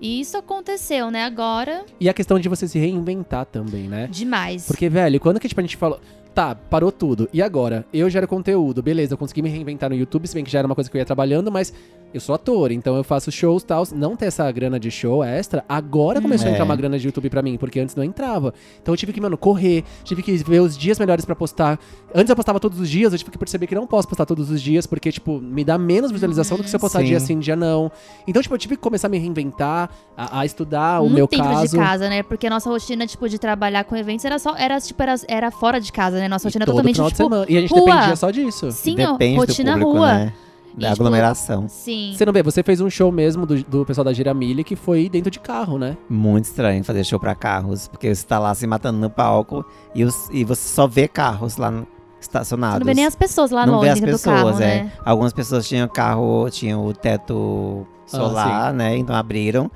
[SPEAKER 3] E isso aconteceu, né? Agora,
[SPEAKER 1] E a questão de você se reinventar também, né?
[SPEAKER 3] demais.
[SPEAKER 1] Porque, velho, quando que tipo, a gente falou. Tá, parou tudo. E agora? Eu gero conteúdo, beleza, eu consegui me reinventar no YouTube, se bem que já era uma coisa que eu ia trabalhando, mas eu sou ator, então eu faço shows e tal. Não ter essa grana de show extra, agora começou a
[SPEAKER 2] É.
[SPEAKER 1] entrar uma grana de YouTube pra mim, porque antes não entrava. Então eu tive que, mano, correr, tive que ver os dias melhores pra postar. Antes eu postava todos os dias, eu tive que perceber que não posso postar todos os dias, porque, tipo, me dá menos visualização do que se eu postar
[SPEAKER 2] Sim.
[SPEAKER 1] dia sim, dia não. Então, tipo, eu tive que começar a me reinventar, a, a estudar ah, o
[SPEAKER 3] Muito
[SPEAKER 1] meu
[SPEAKER 3] dentro
[SPEAKER 1] caso.
[SPEAKER 3] de casa, né? Porque a nossa rotina, tipo, de trabalhar com eventos era só, era, tipo, era, era fora de casa, né? Nossa
[SPEAKER 1] E
[SPEAKER 3] rotina
[SPEAKER 1] todo
[SPEAKER 3] totalmente,
[SPEAKER 1] final de
[SPEAKER 3] tipo,
[SPEAKER 1] semana. E a gente
[SPEAKER 3] rua.
[SPEAKER 1] dependia só disso.
[SPEAKER 3] sim, ó,
[SPEAKER 2] Depende
[SPEAKER 3] rotina
[SPEAKER 2] do público,
[SPEAKER 3] rua.
[SPEAKER 2] né?
[SPEAKER 3] E,
[SPEAKER 2] Da
[SPEAKER 3] tipo,
[SPEAKER 2] aglomeração.
[SPEAKER 3] Sim.
[SPEAKER 1] Você não vê, você fez um show mesmo do, do pessoal da Giramilha que foi dentro de carro, né?
[SPEAKER 2] Muito estranho fazer show pra carros, porque você tá lá se matando no palco e, os- e você só vê carros lá no- estacionados.
[SPEAKER 3] Você não vê nem as pessoas lá
[SPEAKER 2] Não
[SPEAKER 3] longe
[SPEAKER 2] vê as
[SPEAKER 3] dentro
[SPEAKER 2] pessoas,
[SPEAKER 3] do carro,
[SPEAKER 2] é.
[SPEAKER 3] né?
[SPEAKER 2] Algumas pessoas tinham carro, tinham o teto
[SPEAKER 1] Ah,
[SPEAKER 2] solar, né? Então abriram,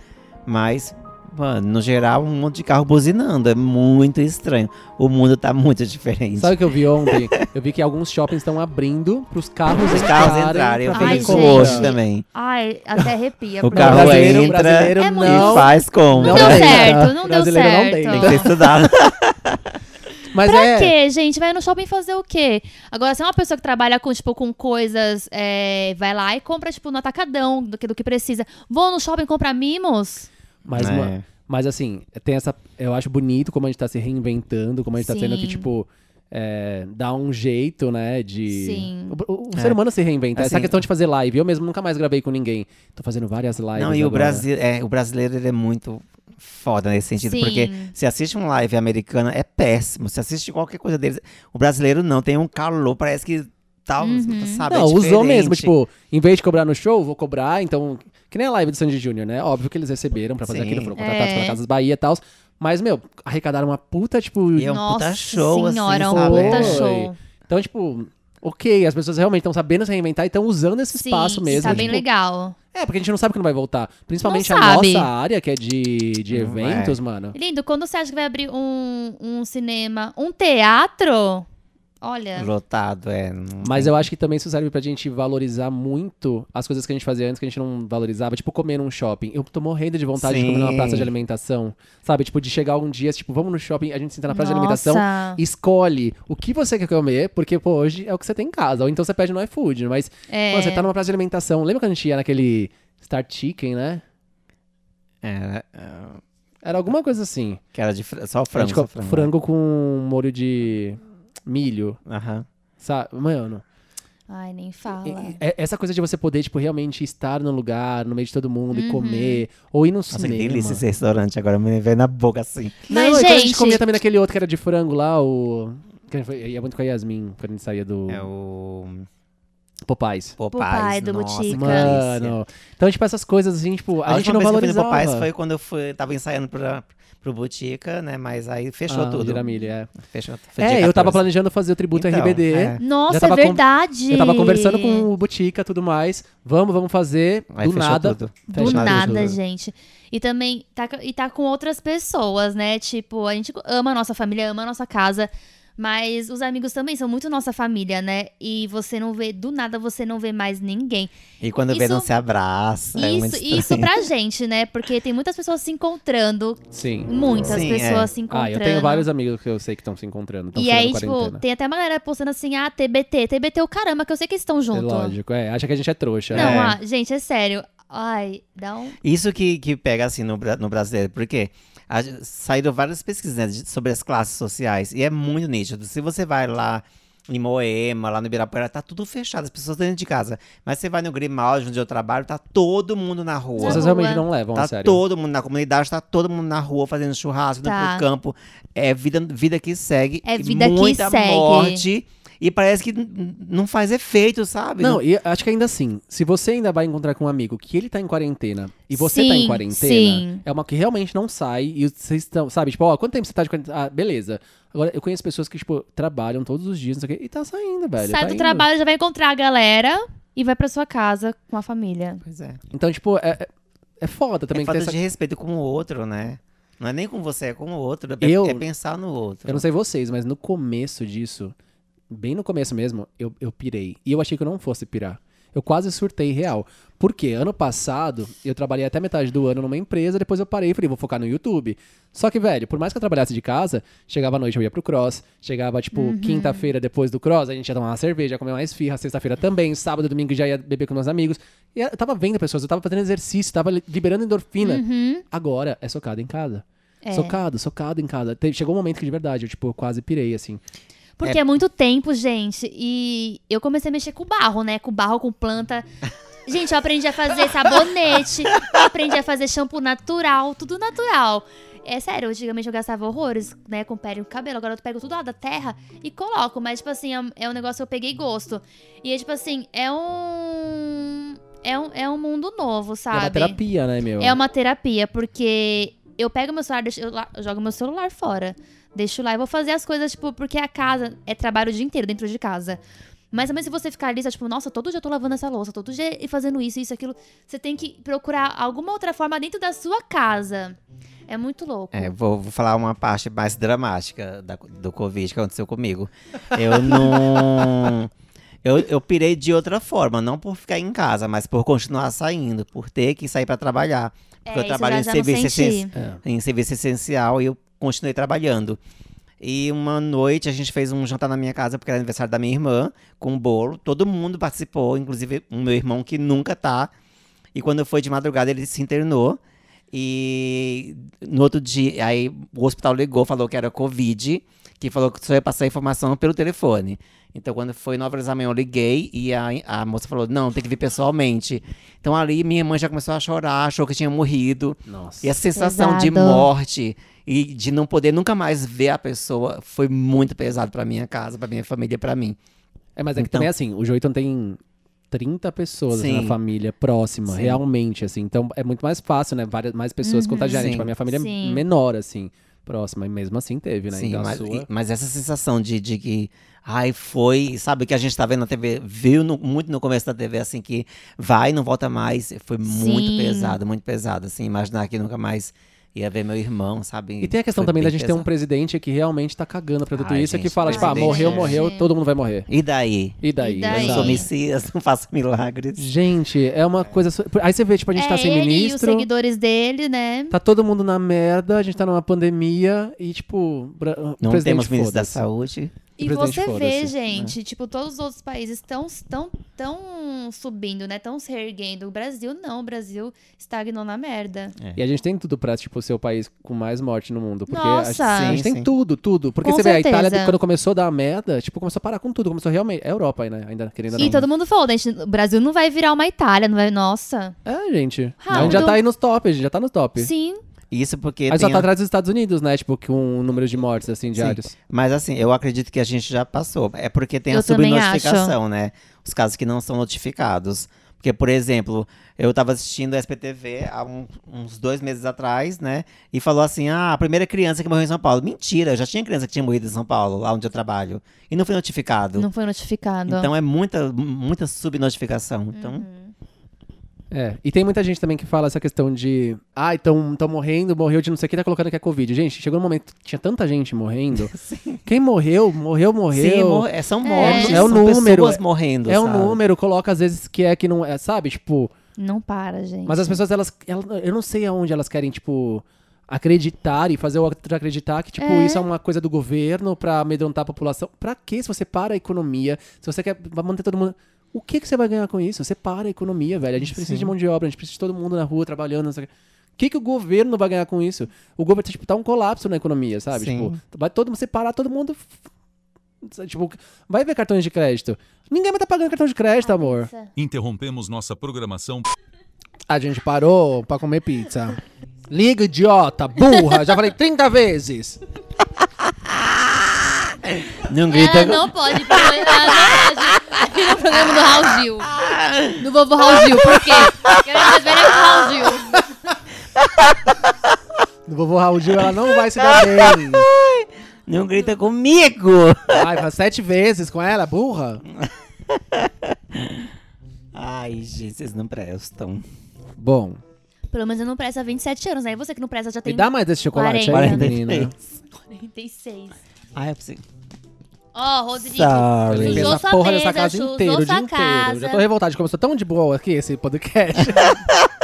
[SPEAKER 2] mas, mano, no geral, um monte de carro buzinando. É muito estranho. O mundo tá muito diferente.
[SPEAKER 1] Sabe o que eu vi ontem? eu vi que alguns shoppins estão abrindo pros carros
[SPEAKER 2] Os
[SPEAKER 1] entrarem.
[SPEAKER 2] carros entrarem, eu
[SPEAKER 1] pra
[SPEAKER 2] falei
[SPEAKER 3] Ai,
[SPEAKER 1] fazer
[SPEAKER 2] com
[SPEAKER 1] compra.
[SPEAKER 2] o
[SPEAKER 3] gente.
[SPEAKER 2] osso também.
[SPEAKER 3] Ai, até arrepia.
[SPEAKER 2] O
[SPEAKER 3] porque-
[SPEAKER 2] carro
[SPEAKER 1] brasileiro,
[SPEAKER 2] entra
[SPEAKER 1] brasileiro
[SPEAKER 3] É muito
[SPEAKER 1] não.
[SPEAKER 2] E faz como?
[SPEAKER 3] Não
[SPEAKER 1] Não
[SPEAKER 3] deu
[SPEAKER 1] deita.
[SPEAKER 3] certo, não deu
[SPEAKER 1] Brasileiro não
[SPEAKER 3] certo.
[SPEAKER 1] deita.
[SPEAKER 2] Tem que ser estudado.
[SPEAKER 1] Mas
[SPEAKER 3] Pra
[SPEAKER 1] é.
[SPEAKER 3] quê, gente? Vai no shopping fazer o quê? Agora, se é uma pessoa que trabalha com, tipo, com coisas, é, vai lá e compra, tipo, no atacadão do que, do que precisa. Vou no shopping comprar mimos?
[SPEAKER 1] Mas,
[SPEAKER 2] É.
[SPEAKER 1] ma- mas assim, tem essa. Eu acho bonito como a gente tá se reinventando, como a gente tá tendo que,
[SPEAKER 3] Sim.
[SPEAKER 1] tipo. é, dar um jeito, né? De.
[SPEAKER 3] Sim.
[SPEAKER 1] O, o- o
[SPEAKER 2] É.
[SPEAKER 1] ser humano se reinventa. Essa
[SPEAKER 2] Assim,
[SPEAKER 1] questão de fazer live. Eu mesmo nunca mais gravei com ninguém. Tô fazendo várias lives.
[SPEAKER 2] Não, e o,
[SPEAKER 1] agora.
[SPEAKER 2] Brasil, é, o brasileiro ele é muito foda nesse sentido,
[SPEAKER 3] Sim.
[SPEAKER 2] porque se assiste uma live americana é péssimo. Se assiste qualquer coisa deles, o brasileiro não tem um calor, parece que tal, sabe? é
[SPEAKER 1] Não, usou
[SPEAKER 2] diferente.
[SPEAKER 1] mesmo. Tipo, em vez de cobrar no show, vou cobrar. Então, que nem a live do Sandy Júnior, né? Óbvio que eles receberam pra fazer
[SPEAKER 2] Sim.
[SPEAKER 1] aquilo, foram contratados
[SPEAKER 3] É.
[SPEAKER 1] pela Casas Bahia e tal. Mas, meu, arrecadaram uma puta, tipo.
[SPEAKER 2] E é um
[SPEAKER 3] Nossa
[SPEAKER 2] puta show,
[SPEAKER 3] senhora,
[SPEAKER 2] assim,
[SPEAKER 3] um
[SPEAKER 2] sabe?
[SPEAKER 3] puta
[SPEAKER 1] Foi.
[SPEAKER 3] show.
[SPEAKER 1] Então, tipo, ok, as pessoas realmente estão sabendo se reinventar e estão usando esse espaço
[SPEAKER 3] Sim,
[SPEAKER 1] mesmo.
[SPEAKER 3] Tá bem
[SPEAKER 1] tipo,
[SPEAKER 3] legal.
[SPEAKER 1] É, porque a gente não sabe que não vai voltar. Principalmente
[SPEAKER 3] Não
[SPEAKER 1] a
[SPEAKER 3] sabe.
[SPEAKER 1] nossa área, que é de, de
[SPEAKER 2] Não
[SPEAKER 1] eventos, mano.
[SPEAKER 3] Lindo, quando você acha que vai abrir um, um cinema, um teatro? Olha,
[SPEAKER 2] Lotado, é. não
[SPEAKER 1] Mas
[SPEAKER 2] tem-
[SPEAKER 1] eu acho que também isso serve pra gente valorizar muito as coisas que a gente fazia antes que a gente não valorizava. Tipo, comer num shopping. Eu tô morrendo de vontade de comer numa
[SPEAKER 2] Sim.
[SPEAKER 1] praça de alimentação. Sabe? Tipo, de chegar um dia, tipo, vamos no shopping, a gente senta na praça de
[SPEAKER 3] nossa.
[SPEAKER 1] alimentação escolhe o que você quer comer, porque pô, hoje é o que você tem em casa. Ou então você pede no iFood, mas
[SPEAKER 3] É.
[SPEAKER 1] mano, você tá numa praça de alimentação. Lembra quando a gente ia naquele Star Chicken, né?
[SPEAKER 2] É, é,
[SPEAKER 1] Era alguma coisa assim.
[SPEAKER 2] que era de fr- só
[SPEAKER 1] A
[SPEAKER 2] frango.
[SPEAKER 1] gente
[SPEAKER 2] Só
[SPEAKER 1] co-
[SPEAKER 2] frango.
[SPEAKER 1] é
[SPEAKER 2] né?
[SPEAKER 1] frango com molho de milho,
[SPEAKER 2] Aham.
[SPEAKER 1] sabe? Mano,
[SPEAKER 3] Ai, nem fala.
[SPEAKER 1] e- e- é- essa coisa de você poder, tipo, realmente estar num lugar, no meio de todo mundo
[SPEAKER 3] Uhum.
[SPEAKER 1] e comer, ou ir no
[SPEAKER 2] Nossa, que
[SPEAKER 1] cinema.
[SPEAKER 2] delícia esse restaurante. Agora me veio na boca assim.
[SPEAKER 1] Não,
[SPEAKER 3] Mas,
[SPEAKER 1] e quando a gente
[SPEAKER 3] gente-
[SPEAKER 1] comia também naquele outro que era de frango lá, o... Que a gente foi- ia muito com a Yasmin, quando a gente saía do
[SPEAKER 2] É o.
[SPEAKER 1] Popeyes.
[SPEAKER 2] Popais.
[SPEAKER 3] Popeye do Botica.
[SPEAKER 1] Mano. Então, tipo, essas coisas, assim, tipo, a,
[SPEAKER 2] A,
[SPEAKER 1] gente
[SPEAKER 2] última
[SPEAKER 1] não
[SPEAKER 2] vez que eu fui no
[SPEAKER 1] valorizava.
[SPEAKER 2] Popais foi quando eu fui, tava ensaiando pra, pro Botica, né? Mas aí fechou
[SPEAKER 1] Ah,
[SPEAKER 2] tudo.
[SPEAKER 1] Giramilha,
[SPEAKER 2] Fechou tudo.
[SPEAKER 1] é. É, eu tava planejando fazer o tributo
[SPEAKER 2] Então,
[SPEAKER 1] RBD.
[SPEAKER 2] é.
[SPEAKER 3] Nossa,
[SPEAKER 1] tava
[SPEAKER 3] é
[SPEAKER 1] com-
[SPEAKER 3] verdade.
[SPEAKER 1] Eu tava conversando com o Botica e tudo mais. Vamos, vamos fazer.
[SPEAKER 2] Aí
[SPEAKER 1] do
[SPEAKER 2] fechou
[SPEAKER 1] nada.
[SPEAKER 2] tudo.
[SPEAKER 3] Do
[SPEAKER 1] Fechado,
[SPEAKER 3] nada,
[SPEAKER 1] tudo.
[SPEAKER 3] gente. E também tá, co- e tá com outras pessoas, né? Tipo, a gente ama a nossa família, ama a nossa casa. Mas os amigos também são muito nossa família, né? E você não vê, do nada você não vê mais ninguém.
[SPEAKER 2] E quando vê, não
[SPEAKER 3] Isso-
[SPEAKER 2] se abraça. é muito
[SPEAKER 3] isso,
[SPEAKER 2] estranho.
[SPEAKER 3] isso pra gente, né? Porque tem muitas pessoas se encontrando.
[SPEAKER 1] Sim.
[SPEAKER 3] Muitas
[SPEAKER 2] Sim,
[SPEAKER 3] pessoas
[SPEAKER 2] é.
[SPEAKER 3] se encontrando.
[SPEAKER 1] Ah, eu tenho vários amigos que eu sei que estão se encontrando. Tão
[SPEAKER 3] E
[SPEAKER 1] furando
[SPEAKER 3] aí, tipo,
[SPEAKER 1] quarentena.
[SPEAKER 3] tem até uma galera postando assim, ah, TBT, TBT o caramba, que eu sei que eles estão
[SPEAKER 1] É
[SPEAKER 3] juntos.
[SPEAKER 1] lógico, é. Acha que a gente é trouxa.
[SPEAKER 3] Não,
[SPEAKER 1] né?
[SPEAKER 2] É.
[SPEAKER 3] ah, gente, é sério. Ai, dá um.
[SPEAKER 2] [LAUGHS] Isso que, que pega assim no, bra- no brasileiro, porque a gen- saíram várias pesquisas né, de- sobre as classes sociais e é muito nítido. Se você vai lá em Moema, lá no Ibirapuera, tá tudo fechado, as pessoas dentro de casa. Mas você vai no Grimaldi, onde eu trabalho, tá todo mundo na
[SPEAKER 1] As
[SPEAKER 2] rua.
[SPEAKER 1] pessoas
[SPEAKER 3] Não,
[SPEAKER 1] realmente
[SPEAKER 3] é.
[SPEAKER 1] não levam
[SPEAKER 2] Tá
[SPEAKER 1] a sério.
[SPEAKER 2] todo mundo na comunidade, tá todo mundo na rua fazendo churrasco, indo
[SPEAKER 3] Tá.
[SPEAKER 2] pro campo. É vida, vida que segue.
[SPEAKER 3] É
[SPEAKER 2] e
[SPEAKER 3] vida que
[SPEAKER 2] muita
[SPEAKER 3] segue.
[SPEAKER 2] morte. E parece que n- n- não faz efeito, sabe?
[SPEAKER 1] Não, e acho que ainda assim, se você ainda vai encontrar com um amigo que ele tá em quarentena e você tá em
[SPEAKER 3] Sim,
[SPEAKER 1] quarentena,
[SPEAKER 3] sim.
[SPEAKER 1] é uma que realmente não sai e vocês estão, sabe, tipo, ó, quanto tempo você tá de quarentena? Ah, beleza. Agora, eu conheço pessoas que, tipo, trabalham todos os dias, não sei o quê, e tá saindo, velho.
[SPEAKER 3] Sai
[SPEAKER 1] tá
[SPEAKER 3] do
[SPEAKER 1] indo.
[SPEAKER 3] trabalho, já vai encontrar a galera e vai pra sua casa com a família.
[SPEAKER 2] Pois é.
[SPEAKER 1] Então, tipo, é, é- é foda também
[SPEAKER 2] é
[SPEAKER 1] que tem essa...
[SPEAKER 2] falta de respeito com o outro, né? Não é nem com você, é com o outro. É,
[SPEAKER 1] Eu-
[SPEAKER 2] é pensar no outro.
[SPEAKER 1] Eu não sei vocês, mas no começo disso, bem no começo mesmo, eu, eu pirei. E eu achei que eu não fosse pirar. Eu quase surtei real. Porque ano passado, eu trabalhei até metade do ano numa empresa, depois eu parei e falei, vou focar no YouTube. Só que, velho, por mais que eu trabalhasse de casa, chegava à noite eu ia pro cross, chegava, tipo, quinta-feira depois do cross, a gente ia tomar uma cerveja, ia comer uma esfirra, sexta-feira também, sábado, domingo já ia beber com meus amigos. E eu tava vendo pessoas, eu tava fazendo exercício, tava li- liberando endorfina.
[SPEAKER 3] Uhum.
[SPEAKER 1] Agora é socado em casa.
[SPEAKER 3] É.
[SPEAKER 1] Socado, socado em casa. Te- Chegou um momento que de verdade, eu, tipo, eu quase pirei, assim.
[SPEAKER 3] Porque é. muito tempo, gente. E eu comecei a mexer com barro, né? Com barro, com planta. Gente, eu aprendi a fazer sabonete, eu aprendi a fazer shampoo natural, tudo natural. É sério, antigamente eu gastava horrores, né, com pele no cabelo. Agora eu pego tudo lá da terra e coloco. Mas, tipo assim, é um, é um negócio que eu peguei gosto. E é, tipo assim, é um. É um, é um mundo novo,
[SPEAKER 1] É uma
[SPEAKER 3] sabe?
[SPEAKER 1] terapia, né, meu?
[SPEAKER 3] É uma terapia, porque eu pego meu celular, deixo- eu, la- eu jogo meu celular fora. Deixo lá e vou fazer as coisas, tipo, porque a casa é trabalho o dia inteiro dentro de casa. Mas também se você ficar ali, tá, tipo, nossa, todo dia eu tô lavando essa louça, todo dia e fazendo isso, isso, aquilo. Você tem que procurar alguma outra forma dentro da sua casa. É muito louco.
[SPEAKER 2] É, vou, vou falar uma parte mais dramática da- do Covid que aconteceu comigo. Eu não. [LAUGHS] Eu, eu pirei de outra forma, não por ficar em casa, mas por continuar saindo, por ter que sair pra trabalhar. Porque eu
[SPEAKER 3] É, isso
[SPEAKER 2] trabalho
[SPEAKER 3] já-
[SPEAKER 2] em
[SPEAKER 3] já não
[SPEAKER 2] serviço,
[SPEAKER 3] senti.
[SPEAKER 2] essen-
[SPEAKER 1] É.
[SPEAKER 2] em serviço essencial e eu continuei trabalhando. E uma noite a gente fez um jantar na minha casa, porque era aniversário da minha irmã, com um bolo. Todo mundo participou, inclusive o meu irmão que nunca tá. E quando foi de madrugada, ele se internou. E no outro dia, aí o hospital ligou, falou que era Covid, que falou que só ia passar a informação pelo telefone. Então, quando foi 9 horas da manhã, eu liguei e a, a moça falou: não, tem que vir pessoalmente. Então, ali minha irmã já começou a chorar, achou que tinha morrido.
[SPEAKER 1] Nossa.
[SPEAKER 2] E a sensação de
[SPEAKER 3] Pesado.
[SPEAKER 2] morte e de não poder nunca mais ver a pessoa foi muito pesado pra minha casa, pra minha família, pra mim.
[SPEAKER 1] É, mas é que
[SPEAKER 2] Então-
[SPEAKER 1] também, assim, o Joiton tem 30 pessoas assim, na
[SPEAKER 2] Sim.
[SPEAKER 1] família próxima,
[SPEAKER 2] Sim.
[SPEAKER 1] realmente, assim. Então é muito mais fácil, né? Várias, mais pessoas contagiarem.
[SPEAKER 2] Sim.
[SPEAKER 1] Tipo, a minha família é
[SPEAKER 3] Uhum. Sim.
[SPEAKER 1] menor, assim, próxima. E mesmo assim teve, né?
[SPEAKER 2] Sim,
[SPEAKER 1] então, a
[SPEAKER 2] mas,
[SPEAKER 1] sua...
[SPEAKER 2] e- mas essa sensação de, de que, ai, foi, sabe, o que a gente tá vendo na TV, viu no- muito no começo da TV, assim, que vai e não volta mais, foi muito
[SPEAKER 3] Sim.
[SPEAKER 2] pesado, muito pesado, assim, imaginar que nunca mais ia ver meu irmão, sabe?
[SPEAKER 1] E tem a questão
[SPEAKER 2] Foi
[SPEAKER 1] também da
[SPEAKER 2] bem
[SPEAKER 1] gente ter um
[SPEAKER 2] pesado.
[SPEAKER 1] presidente que realmente tá cagando pra tudo
[SPEAKER 2] Ai,
[SPEAKER 1] isso, e que
[SPEAKER 2] gente, é
[SPEAKER 1] fala, tipo, ah,
[SPEAKER 3] presidente,
[SPEAKER 1] morreu,
[SPEAKER 3] né?
[SPEAKER 1] morreu,
[SPEAKER 3] Sim.
[SPEAKER 1] todo mundo vai morrer.
[SPEAKER 2] E daí?
[SPEAKER 1] E daí?
[SPEAKER 3] E daí?
[SPEAKER 2] Eu sou
[SPEAKER 1] exato.
[SPEAKER 2] Messias, [LAUGHS] não faço milagres.
[SPEAKER 1] Gente, é uma coisa. su- Aí você vê, tipo, a gente tá
[SPEAKER 3] é
[SPEAKER 1] sem
[SPEAKER 3] ele e os
[SPEAKER 1] ministro.
[SPEAKER 3] seguidores dele, né?
[SPEAKER 1] Tá todo mundo na merda, a gente tá numa pandemia e, tipo, bra-
[SPEAKER 2] Não
[SPEAKER 1] presidente
[SPEAKER 2] temos ministro da
[SPEAKER 1] foda-se.
[SPEAKER 2] saúde.
[SPEAKER 3] E
[SPEAKER 1] Presidente,
[SPEAKER 3] você
[SPEAKER 1] foda-se, né?
[SPEAKER 3] vê, gente, tipo, todos os outros países estão tão, tão subindo, né? Estão se reerguendo. O Brasil não, o Brasil estagnou na merda.
[SPEAKER 1] E a gente tem tudo pra, tipo, ser o país com mais morte no mundo. Porque a-
[SPEAKER 3] Nossa!
[SPEAKER 1] a gente
[SPEAKER 2] Sim,
[SPEAKER 1] tem
[SPEAKER 2] sim.
[SPEAKER 1] tudo, tudo. Porque
[SPEAKER 3] Com
[SPEAKER 1] você vê, a
[SPEAKER 3] certeza.
[SPEAKER 1] Itália, tipo, quando começou a dar merda, tipo, começou a parar com tudo. Começou realmente. É a Europa aí, né? Ainda querendo ou
[SPEAKER 3] E
[SPEAKER 1] não.
[SPEAKER 3] todo mundo falou, gente, o Brasil não vai virar uma Itália, não vai. Nossa.
[SPEAKER 1] É, gente. A gente
[SPEAKER 3] Rápido.
[SPEAKER 1] já tá aí nos top, a gente já tá no top.
[SPEAKER 3] Sim.
[SPEAKER 2] Isso porque
[SPEAKER 1] Aí
[SPEAKER 2] tem
[SPEAKER 1] só tá
[SPEAKER 2] a-
[SPEAKER 1] atrás dos Estados Unidos, né? Tipo, com um número de mortes, assim, diários.
[SPEAKER 2] Mas assim, eu acredito que a gente já passou. É porque tem a
[SPEAKER 3] Eu também
[SPEAKER 2] subnotificação, né? Os casos que não são notificados. Porque, por exemplo, eu tava assistindo a SPTV há um- uns dois meses atrás, né? E falou assim: ah, a primeira criança que morreu em São Paulo. Mentira, já tinha criança que tinha morrido em São Paulo, lá onde eu trabalho. E não foi notificado.
[SPEAKER 3] Não foi Uhum. notificado.
[SPEAKER 2] Então é muita, muita subnotificação. Então,
[SPEAKER 1] É, e tem muita gente também que fala essa questão de. Ah, estão morrendo, morreu de não sei o que, tá colocando que é Covid. Gente, chegou um momento que tinha tanta gente
[SPEAKER 2] [LAUGHS]
[SPEAKER 1] morrendo. Quem morreu, morreu, morreu.
[SPEAKER 2] sim, mor- é- são mortes,
[SPEAKER 1] É o
[SPEAKER 2] são
[SPEAKER 1] número,
[SPEAKER 2] pessoas morrendo.
[SPEAKER 1] é um
[SPEAKER 2] sabe?
[SPEAKER 1] número, coloca às vezes que é que não é, sabe? Tipo,
[SPEAKER 3] não para, gente.
[SPEAKER 1] mas as pessoas, elas, elas- Eu não sei aonde elas querem, tipo, acreditar e fazer o outro acreditar que, tipo,
[SPEAKER 3] É.
[SPEAKER 1] isso é uma coisa do governo pra amedrontar a população. Pra quê? Se você para a economia, se você quer manter todo mundo. O que, que você vai ganhar com isso? Você para a economia, velho. A gente precisa de mão de obra, a gente precisa de todo mundo na rua trabalhando. não sei O quê. O que, que o governo vai ganhar com isso? O governo tipo, tá um colapso na economia, sabe?
[SPEAKER 2] Sim.
[SPEAKER 1] Tipo, vai todo mundo separar, todo mundo. f- Tipo, vai ver cartões de crédito. Ninguém vai estar pagando cartão de crédito, amor.
[SPEAKER 4] Interrompemos nossa programação
[SPEAKER 1] A gente parou pra comer pizza. Liga, idiota, burra. Já falei 30 vezes.
[SPEAKER 2] Não grita.
[SPEAKER 3] Ela É, não pode. pro- Ela não pode vir no programa do Raul Gil. Do vovô Raul Gil. Por quê? Porque ela é mais velha que o Raul Gil.
[SPEAKER 1] No vovô Raul Gil, ela não vai se [LAUGHS] dar bem.
[SPEAKER 2] Não grita comigo!
[SPEAKER 1] Ai, faz sete vezes com ela, burra.
[SPEAKER 2] Ai, gente, vocês não prestam.
[SPEAKER 1] Bom,
[SPEAKER 3] Pelo menos eu não presto há 27 anos, né? E você que não presta já
[SPEAKER 1] me
[SPEAKER 3] tem
[SPEAKER 1] dá mais desse chocolate aí,
[SPEAKER 2] 40
[SPEAKER 3] 40.
[SPEAKER 1] menina.
[SPEAKER 3] 46.
[SPEAKER 1] Ah,
[SPEAKER 2] Ai,
[SPEAKER 1] é
[SPEAKER 2] eu preciso.
[SPEAKER 3] Ó, Rodrigo.
[SPEAKER 1] Eu
[SPEAKER 2] Sorry.
[SPEAKER 3] Sujou
[SPEAKER 1] limpei essa
[SPEAKER 3] sua
[SPEAKER 1] porra
[SPEAKER 3] mesa,
[SPEAKER 1] dessa casa
[SPEAKER 3] sujou
[SPEAKER 1] inteira, o dia
[SPEAKER 3] sua
[SPEAKER 1] inteiro. Eu Já tô
[SPEAKER 3] casa.
[SPEAKER 1] revoltado de como eu sou tão de boa aqui, esse podcast.
[SPEAKER 3] [LAUGHS]